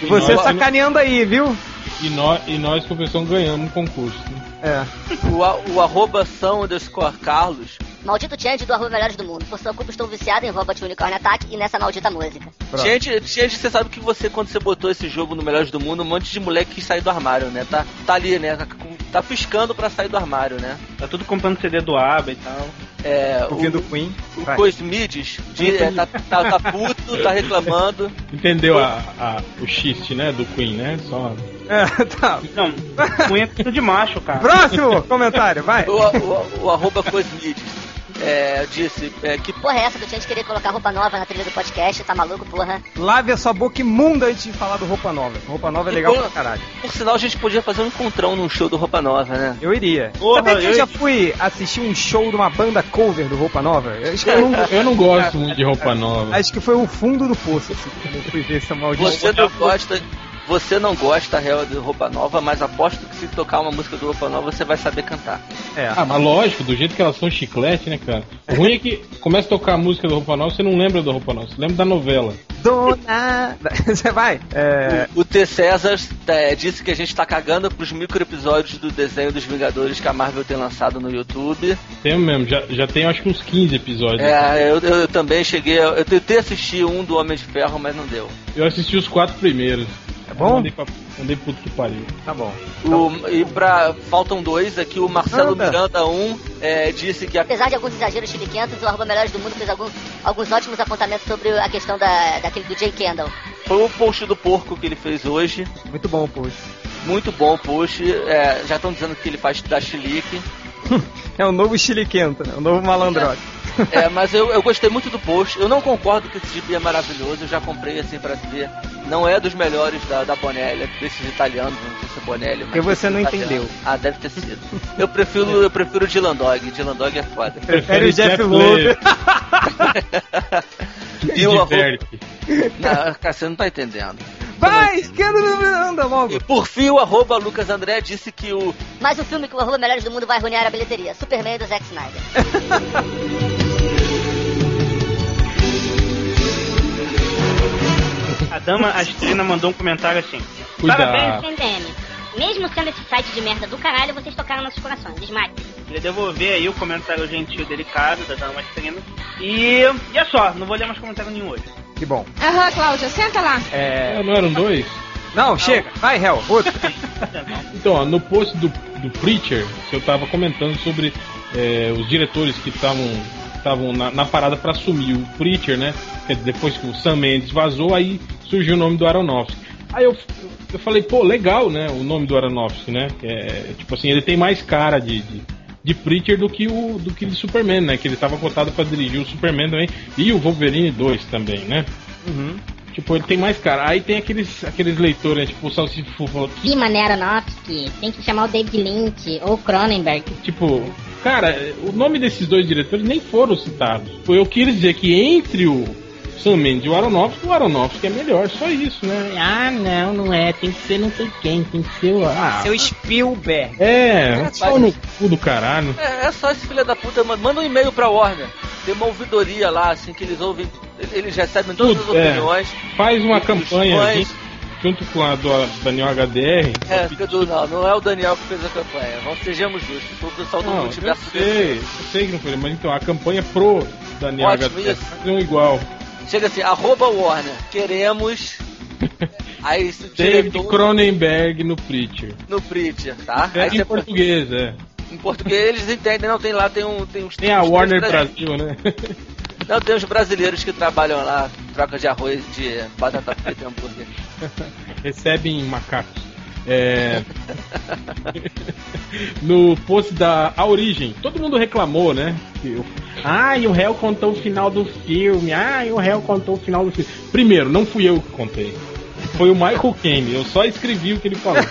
Speaker 2: E você
Speaker 1: nós-
Speaker 2: sacaneando aí, viu?
Speaker 1: E, nós, e nós, professor, ganhamos um concurso. né?
Speaker 2: É.
Speaker 3: O, a- o arroba são underscore Carlos.
Speaker 7: Maldito Change do Arroba Melhores do Mundo. Por sua culpa, estou viciado em Robot Unicorn Attack e nessa maldita música.
Speaker 2: Pronto.
Speaker 3: Gente, gente, você sabe que você, quando você botou esse jogo no Melhores do Mundo, um monte de moleque quis sair do armário, né? Tá, tá ali, né? Tá, com- tá piscando pra sair do armário, né?
Speaker 6: Tá tudo comprando CD do ABA e tal.
Speaker 3: É,
Speaker 2: O fim Um do
Speaker 3: o,
Speaker 2: Queen.
Speaker 3: o
Speaker 2: Vai. Um
Speaker 3: Cosmides de- é, tá, tá, tá puto, tá reclamando.
Speaker 1: Entendeu a, a- o xiste, né? Do Queen, né? Só.
Speaker 2: É, (laughs) tá.
Speaker 6: Não, punha é tudo de macho, cara.
Speaker 2: Próximo comentário, vai.
Speaker 3: O, o, o arroba Cosmides. é, disse é, que
Speaker 7: Porra, é essa do Tiante querer colocar roupa nova na trilha do podcast? Tá maluco, porra?
Speaker 2: Lave a sua boca imunda antes de falar do Roupa Nova. Roupa Nova é legal pra caralho.
Speaker 3: Por sinal, a gente podia fazer um encontrão num show do Roupa Nova, né?
Speaker 2: Eu iria.
Speaker 6: Porra,
Speaker 2: Sabia que eu
Speaker 6: eu
Speaker 2: já fui assistir um show de uma banda cover do Roupa Nova? Eu acho que eu não-
Speaker 1: Eu não gosto muito de roupa nova.
Speaker 2: Acho que foi o fundo do poço, assim, quando eu fui ver essa maldita.
Speaker 3: Você não gosta. Você não gosta real de roupa nova, mas aposto que se tocar uma música do roupa nova, você vai saber cantar.
Speaker 2: É.
Speaker 1: Ah, mas lógico, do jeito que elas são chiclete, né, cara? O ruim é que começa a tocar a música do Roupa Nova, você não lembra do Roupa Nova, você lembra da novela.
Speaker 2: Dona. (laughs) Você vai? É.
Speaker 3: O T. César é, disse que a gente tá cagando pros microepisódios do desenho dos Vingadores que a Marvel tem lançado no YouTube.
Speaker 1: Tem mesmo, já, já tem acho que uns 15 episódios.
Speaker 3: É, eu, eu também cheguei. a- Eu tentei assistir um do Homem de Ferro, mas não deu.
Speaker 1: Eu assisti os quatro primeiros.
Speaker 2: É bom?
Speaker 1: Mandei, pra, mandei puto que pariu.
Speaker 2: Tá bom.
Speaker 3: O- e pra. Faltam dois aqui. O Marcelo
Speaker 2: Anda.
Speaker 3: Miranda 1 é, disse que a
Speaker 7: Apesar de alguns exageros chiliquentos, o Arroba Melhores do Mundo fez algum- alguns ótimos apontamentos sobre a questão da, daquele do Jay Kendall.
Speaker 3: foi o post do porco que ele fez hoje.
Speaker 2: Muito bom, poxa.
Speaker 3: Muito bom o post. É, já estão dizendo que ele faz da chilique.
Speaker 2: É o novo chiliquento, né? O novo malandrote.
Speaker 3: É, mas eu, eu gostei muito do post. Eu não concordo que esse gibi é maravilhoso. Eu já comprei assim pra ver. Não é dos melhores da, da Bonelli, desses italianos, não sei se é Bonelli. mas
Speaker 2: Porque você não
Speaker 3: italiano.
Speaker 2: entendeu.
Speaker 3: Ah, deve ter sido. Eu prefiro, eu prefiro o Dylan Dog. Dylan Dog é foda.
Speaker 2: Prefere o Jeff
Speaker 1: Lemire.
Speaker 2: (laughs) Lowe.
Speaker 1: Que
Speaker 3: E o
Speaker 1: se
Speaker 3: arroba-
Speaker 1: diverte.
Speaker 3: Não, cara, você não tá entendendo.
Speaker 2: Vai, esquerda, anda logo.
Speaker 3: E por fim, o arroba Lucas André disse que o
Speaker 7: Mas o um filme que o Arroba Melhores do Mundo vai ruinar a bilheteria, Superman do Zack Snyder.
Speaker 6: A dama Astrina mandou um comentário assim.
Speaker 1: Cuidado.
Speaker 9: CMTM. Mesmo sendo esse site de merda do caralho, vocês tocaram nossos corações. Desmate.
Speaker 6: Queria devolver aí o comentário gentil delicado da dama Astrina. E, e é só, não vou ler mais comentário nenhum hoje.
Speaker 2: Que bom.
Speaker 10: Aham, Cláudia, senta lá.
Speaker 2: É.
Speaker 1: É, não eram dois?
Speaker 2: Não, chega. Vai, Hel. Outro.
Speaker 1: Então, ó, no post do, do Preacher, que eu tava comentando sobre é, os diretores que estavam estavam na, na parada pra assumir o Preacher, né? Quer dizer, Depois que o Sam Mendes vazou, aí surgiu o nome do Aronofsky. Aí eu, eu falei, pô, legal, né? O nome do Aronofsky, né? É, tipo assim, ele tem mais cara de, de, de Preacher do que o do que de Superman, né? Que ele tava cotado pra dirigir o Superman também e o Wolverine 2 também, né? Tipo, ele tem mais cara. Aí tem aqueles, aqueles leitores, né? tipo, o Salsicha Fofo-
Speaker 9: De maneira Aronofsky, tem que chamar o David Lynch ou Cronenberg.
Speaker 1: Tipo, cara, o nome desses dois diretores nem foram citados. Foi eu queria dizer que entre o Sam Mendes e o Aronofsky, o Aronofsky é melhor, só isso, né?
Speaker 4: Ah, não, não é. Tem que ser não sei quem. Tem que ser o... Ah,
Speaker 2: Seu Spielberg.
Speaker 1: É, um pau no cu do caralho.
Speaker 3: É, é só esse filho da puta, mano. Manda um e-mail pra Warner. Tem uma ouvidoria lá, assim, que eles ouvem. Eles recebem todas
Speaker 1: Tudo,
Speaker 3: as
Speaker 1: é.
Speaker 3: opiniões.
Speaker 1: Faz uma
Speaker 3: Os
Speaker 1: campanha
Speaker 3: fãs-
Speaker 1: junto- junto com a do Daniel HDR.
Speaker 3: É, Pedro, não, não é o Daniel que fez a campanha. Vamos, sejamos justos. Foi o pessoal do
Speaker 1: Não, eu
Speaker 3: multiverso
Speaker 1: sei, eu sei que não foi, mas então a campanha pro Daniel
Speaker 3: Ótimo,
Speaker 1: HDR
Speaker 3: isso.
Speaker 1: fazer um igual.
Speaker 3: Chega assim, arroba Warner.
Speaker 1: (laughs)
Speaker 3: Queremos. Aí esse
Speaker 1: David
Speaker 3: diretor
Speaker 1: Cronenberg no Preacher.
Speaker 3: no Preacher, tá?
Speaker 1: É,
Speaker 3: Aí
Speaker 1: em
Speaker 3: você-
Speaker 1: português, é.
Speaker 3: em português eles entendem, não, tem lá, tem um. Tem, uns,
Speaker 1: Tem a
Speaker 3: uns
Speaker 1: Warner
Speaker 3: três-
Speaker 1: Brasil, né?
Speaker 3: Não, tem os brasileiros que trabalham lá, troca de arroz, de batata frita e hambúrguer.
Speaker 1: recebem macacos. É... (laughs) no post da A Origem, todo mundo reclamou, né? Que o- Ai, o réu contou o final do filme. Ai, o réu contou o final do filme. Primeiro, não fui eu que contei. Foi o Michael Caine. Eu só escrevi o que ele falou.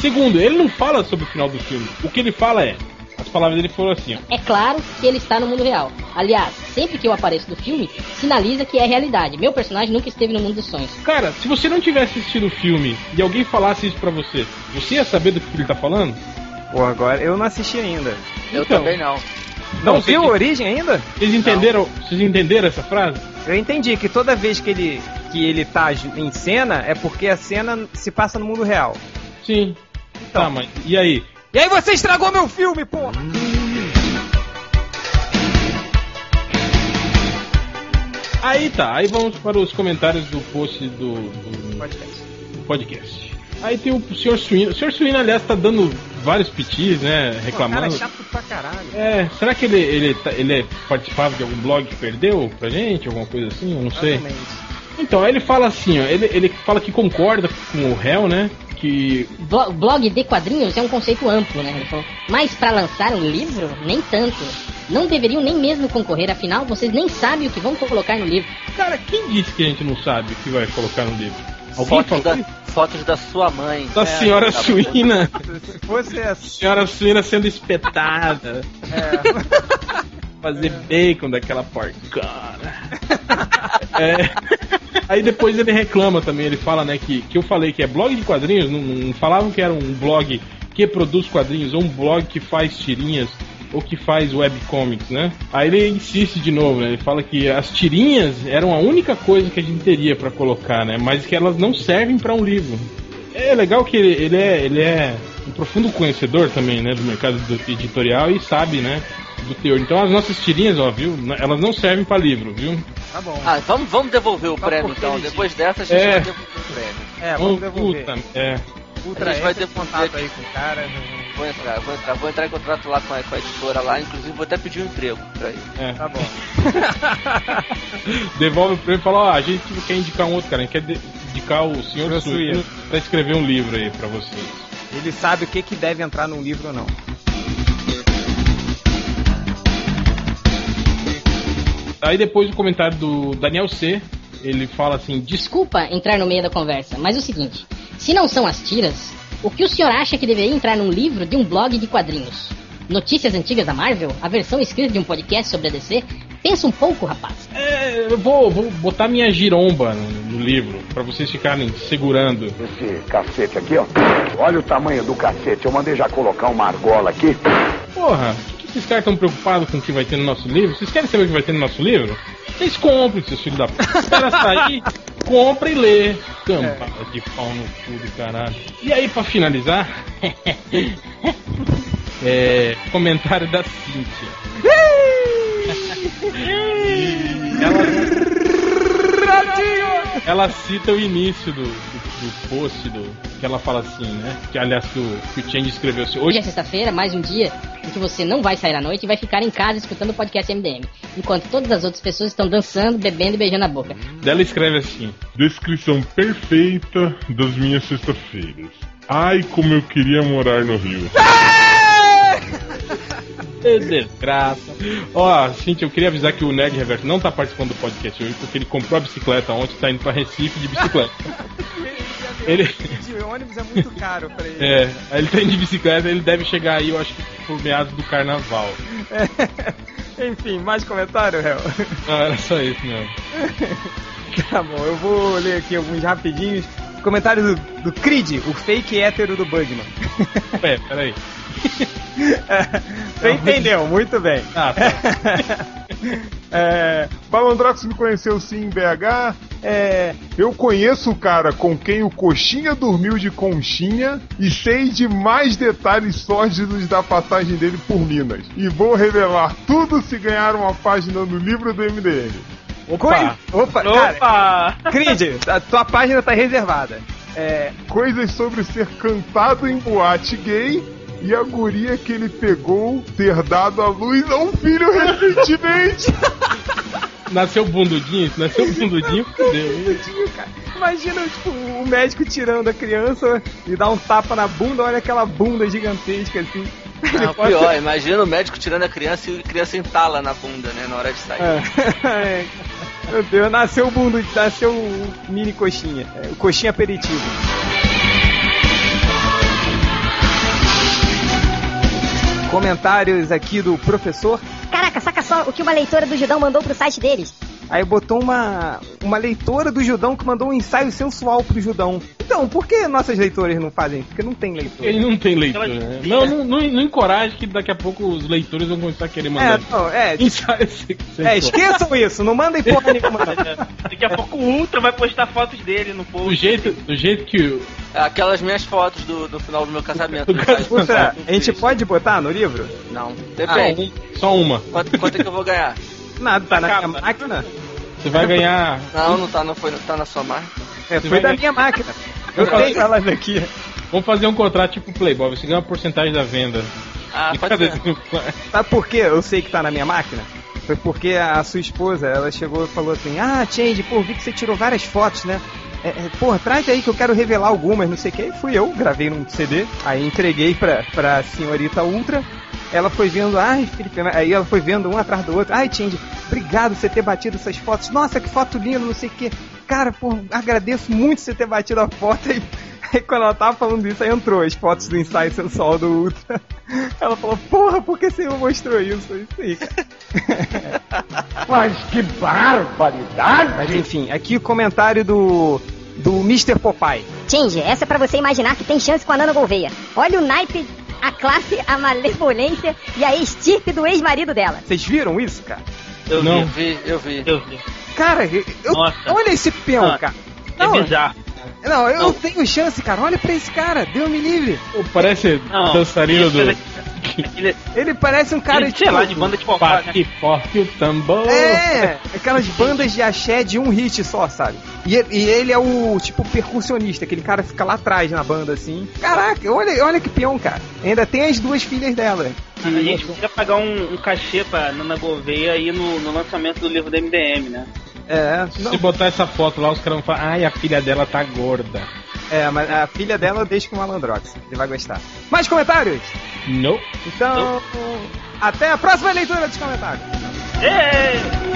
Speaker 1: Segundo, ele não fala sobre o final do filme. O que ele fala é. As palavras dele foram assim, ó.
Speaker 9: É claro que ele está no mundo real. Aliás, sempre que eu apareço no filme, sinaliza que é realidade. Meu personagem nunca esteve no mundo dos sonhos.
Speaker 1: Cara, se você não tivesse assistido o filme e alguém falasse isso pra você, você ia saber do que ele tá falando?
Speaker 2: Pô, agora eu não assisti ainda.
Speaker 3: Eu
Speaker 1: Então.
Speaker 3: também não.
Speaker 2: Não,
Speaker 1: Não,
Speaker 2: viu
Speaker 1: tem que-
Speaker 2: Origem ainda?
Speaker 1: Vocês entenderam, vocês entenderam essa frase?
Speaker 2: Eu entendi que toda vez que ele, que ele tá em cena é porque a cena se passa no mundo real.
Speaker 1: Sim. Tá, mas e aí?
Speaker 2: E aí você estragou meu filme, porra!
Speaker 1: Aí tá, aí vamos para os comentários do post do, do podcast. Aí tem o Sr. Suíno. O Sr. Suíno, aliás, tá dando vários pitis, né?
Speaker 2: Cara, é
Speaker 1: Reclamando.
Speaker 2: chato pra caralho.
Speaker 1: É, será que ele, ele, tá- ele participava de algum blog que perdeu pra gente? Alguma coisa assim? Eu não sei.
Speaker 2: Exatamente.
Speaker 1: Então, aí ele fala assim, ó. Ele, ele fala que concorda com o réu, né? Que
Speaker 9: Blo- Então, blog de quadrinhos é um conceito amplo, né? Ele falou, mas para lançar um livro, nem tanto. Não deveriam nem mesmo concorrer, afinal, vocês nem sabem o que vão colocar no livro.
Speaker 1: Cara, quem disse que a gente não sabe o que vai colocar no livro? Alguém
Speaker 3: Fotos
Speaker 1: falou?
Speaker 3: da, fotos da sua mãe.
Speaker 1: Da senhora
Speaker 3: tá bom.
Speaker 1: suína.
Speaker 2: Se fosse essa.
Speaker 1: Senhora suína sendo espetada. (laughs) Fazer bacon daquela porcana. É. Aí depois ele reclama também, ele fala, né, que, que eu falei que é blog de quadrinhos, não, não falavam que era um blog que produz quadrinhos, ou um blog que faz tirinhas, ou que faz webcomics, né? Aí ele insiste de novo, né? Ele fala que as tirinhas eram a única coisa que a gente teria pra colocar, né? Mas que elas não servem pra um livro. É legal que ele, ele é, ele é um profundo conhecedor também, né, do mercado do- editorial e sabe, né, do teor. Então as nossas tirinhas, ó, viu? N- Elas não servem pra livro, viu?
Speaker 2: Tá bom.
Speaker 3: Ah, vamos, vamos devolver o
Speaker 2: Só
Speaker 3: prêmio
Speaker 2: porque
Speaker 3: então.
Speaker 2: ele
Speaker 3: Depois dessa a gente
Speaker 1: É.
Speaker 3: vai devolver o prêmio.
Speaker 2: É, vamos
Speaker 1: Ô,
Speaker 2: devolver.
Speaker 1: puta, é.
Speaker 2: Ultra
Speaker 3: A gente vai
Speaker 2: entra em
Speaker 3: ter
Speaker 2: contato
Speaker 3: que-
Speaker 2: aí com o cara. não-
Speaker 3: Vou entrar, vou entrar, vou entrar em contrato lá com a, com a editora lá, inclusive vou até pedir um emprego pra ele.
Speaker 2: Tá bom.
Speaker 1: é. (laughs) Devolve o prêmio e fala, ó, a gente quer indicar um outro cara, a gente quer de- indicar o senhor
Speaker 2: Senhor
Speaker 1: Suíno pra escrever um livro aí pra vocês.
Speaker 2: Ele sabe o que, que deve entrar num livro ou não.
Speaker 1: Aí depois o comentário do Daniel C, ele fala assim, "Dis-
Speaker 9: Desculpa entrar no meio da conversa, mas é o seguinte: se não são as tiras, o que o senhor acha que deveria entrar num livro de um blog de quadrinhos? Notícias antigas da Marvel? A versão escrita de um podcast sobre a DC? Pensa um pouco, rapaz.
Speaker 1: é, eu vou, vou botar minha giromba no, no livro, pra vocês ficarem segurando.
Speaker 10: Esse cacete aqui, ó. Olha o tamanho do cacete. Eu mandei já colocar uma argola aqui.
Speaker 1: Porra, por que esses caras estão preocupados com o que vai ter no nosso livro? Vocês querem saber o que vai ter no nosso livro? Vocês comprem, seus filhos da puta. Espera sair, compra tá e lê. Campada de pau no cu do caralho. E aí, pra finalizar, (laughs) é, comentário da Cíntia. ela cita o início do, do, do post do, que ela fala assim, né? Que aliás que o, que o Change escreveu assim, hoje
Speaker 9: Hoje é sexta-feira, mais um dia em que você não vai sair à noite e vai ficar em casa escutando o podcast MDM, enquanto todas as outras pessoas estão dançando, bebendo e beijando a boca.
Speaker 1: Dela escreve assim:
Speaker 11: Descrição perfeita das minhas sextas-feiras. Ai, como eu queria morar no (laughs) Rio.
Speaker 1: "Que desgraça. Ó, Cintia, eu queria avisar que o Nerd Reverso não tá participando do podcast hoje porque ele comprou a bicicleta ontem e tá indo pra Recife
Speaker 11: (laughs)
Speaker 1: de bicicleta. Ele-
Speaker 2: De ônibus é muito caro pra ele.
Speaker 1: É, aí ele tá indo de bicicleta, ele deve chegar aí, eu acho que por meados do carnaval.
Speaker 2: (laughs) Enfim, mais comentário, réu?
Speaker 1: Não, Ah, era só isso mesmo.
Speaker 2: (laughs) Tá bom, eu vou ler aqui alguns rapidinhos. Comentário do, do Creed, o fake hétero do Bugman. (laughs)
Speaker 1: Pé, É, peraí.
Speaker 2: (laughs) Você entendeu, muito bem.
Speaker 1: Ah,
Speaker 2: (laughs)
Speaker 1: tá.
Speaker 11: É, Balandrox me conheceu sim em BH. É, eu conheço o cara com quem o Coxinha dormiu de conchinha e sei de mais detalhes sórdidos da passagem dele por Minas. E vou revelar tudo se ganhar uma página no livro do MDM.
Speaker 1: Opa!
Speaker 2: Coi- Opa, cara, Creed, a tua página tá reservada. É,
Speaker 11: Coisas sobre ser cantado em boate gay e a guria que ele pegou ter dado à luz a um filho recentemente.
Speaker 1: (laughs) Nasceu bundudinho? Nasceu bundudinho? Fudeu.
Speaker 2: Tadinho, cara. Imagina, tipo, o médico tirando a criança e dá um tapa na bunda, olha aquela bunda gigantesca assim.
Speaker 3: Não, pior, imagina o médico tirando a criança e a criança entala na bunda, né, na hora de sair.
Speaker 2: É. (laughs) Meu Deus, nasceu o bundo, nasceu o mini coxinha. É, o coxinha aperitivo. Comentários aqui do professor.
Speaker 7: Caraca, saca só o que uma leitora do Judão mandou pro site deles.
Speaker 2: Aí botou uma, uma leitora do Judão que mandou um ensaio sensual pro Judão. Então, por que nossas leitoras não fazem? Porque não tem leitor.
Speaker 1: Ele não tem leitura, né? Não, não, não, não encoraje que daqui a pouco os leitores vão começar a querer
Speaker 2: É,
Speaker 1: mandar.
Speaker 2: não, (laughs) é,
Speaker 1: Ensaio
Speaker 2: É,
Speaker 1: sexual.
Speaker 2: esqueçam isso, não mandem porra nenhuma.
Speaker 6: é, Daqui a pouco o Ultra vai postar fotos dele no
Speaker 1: Do
Speaker 6: post.
Speaker 1: jeito, do jeito que o-
Speaker 3: Aquelas minhas fotos do, do final do meu casamento.
Speaker 1: Do
Speaker 3: não
Speaker 1: casamento.
Speaker 3: faz-
Speaker 2: Puta,
Speaker 3: não
Speaker 2: a gente
Speaker 3: fez.
Speaker 2: pode botar no livro?
Speaker 3: Não,
Speaker 2: Ah, é.
Speaker 1: Só
Speaker 3: depende.
Speaker 1: um- Só uma.
Speaker 3: quanto, quanto é que eu vou ganhar?
Speaker 2: Nada, tá na
Speaker 6: Capa.
Speaker 2: minha máquina?
Speaker 1: Você vai ganhar.
Speaker 3: Não, não tá, não foi, tá na sua marca.
Speaker 2: É,
Speaker 1: Você vai
Speaker 2: foi da
Speaker 1: ver.
Speaker 2: minha máquina. Eu tenho elas aqui.
Speaker 1: Vamos fazer um contrato tipo Playboy, você ganha uma porcentagem da venda.
Speaker 3: Ah,
Speaker 1: De
Speaker 3: pode
Speaker 1: cada-
Speaker 3: ser.
Speaker 2: Sabe por que eu sei que tá na minha máquina? Foi porque a sua esposa, ela chegou e falou assim, ah, Change, pô, vi que você tirou várias fotos, né? É, é, porra, traz aí que eu quero revelar algumas, não sei o que. E fui eu, gravei num CD, aí entreguei pra, pra senhorita Ultra. Ela foi vendo, ai, Felipe, né?" aí ela foi vendo um atrás do outro. Ai, Tindy, obrigado por você ter batido essas fotos. Nossa, que foto linda, não sei o quê. Cara, pô, agradeço muito você ter batido a foto aí. Aí quando ela tava falando isso, aí entrou as fotos do ensaio sensual do Ultra. Ela falou, porra, por que você não mostrou isso? Isso aí, cara. Mas que barbaridade! Mas enfim, aqui o comentário do. do Mr. Popeye.
Speaker 7: Change, essa é pra você imaginar que tem chance com a Nana Gouveia. Olha o naipe, a classe, a malevolência e a estirpe do ex-marido dela.
Speaker 2: Vocês viram isso, cara?
Speaker 3: Eu
Speaker 2: Não.
Speaker 3: vi, eu vi, eu vi.
Speaker 2: Cara, eu- eu- olha esse peão,
Speaker 3: Ah,
Speaker 2: cara.
Speaker 3: é bizarro.
Speaker 2: Não, eu tenho chance, cara. Olha pra esse cara, Deus me livre.
Speaker 1: (laughs) Parece
Speaker 2: Não, é
Speaker 1: dançarino do.
Speaker 2: Ele parece um cara
Speaker 1: Sei lá, de banda
Speaker 2: de
Speaker 6: né?
Speaker 1: Forte, forte o tambor.
Speaker 2: É, aquelas bandas de axé de um hit só, sabe? E, ele- e ele é o tipo percussionista, aquele cara que fica lá atrás na banda assim. Caraca, olha, olha que peão, cara. Ainda tem as duas filhas dela.
Speaker 6: A gente precisa pagar um, um cachê pra Nana Gouveia aí no, no lançamento do livro do MDM, né?
Speaker 2: É,
Speaker 1: Se botar essa foto lá, os caras vão falar, ai, a filha dela tá gorda.
Speaker 2: É, mas a filha dela deixa com o Malandrox, ele vai gostar. Mais comentários?
Speaker 1: Não.
Speaker 2: Então, até a próxima leitura dos comentários.
Speaker 6: Ei!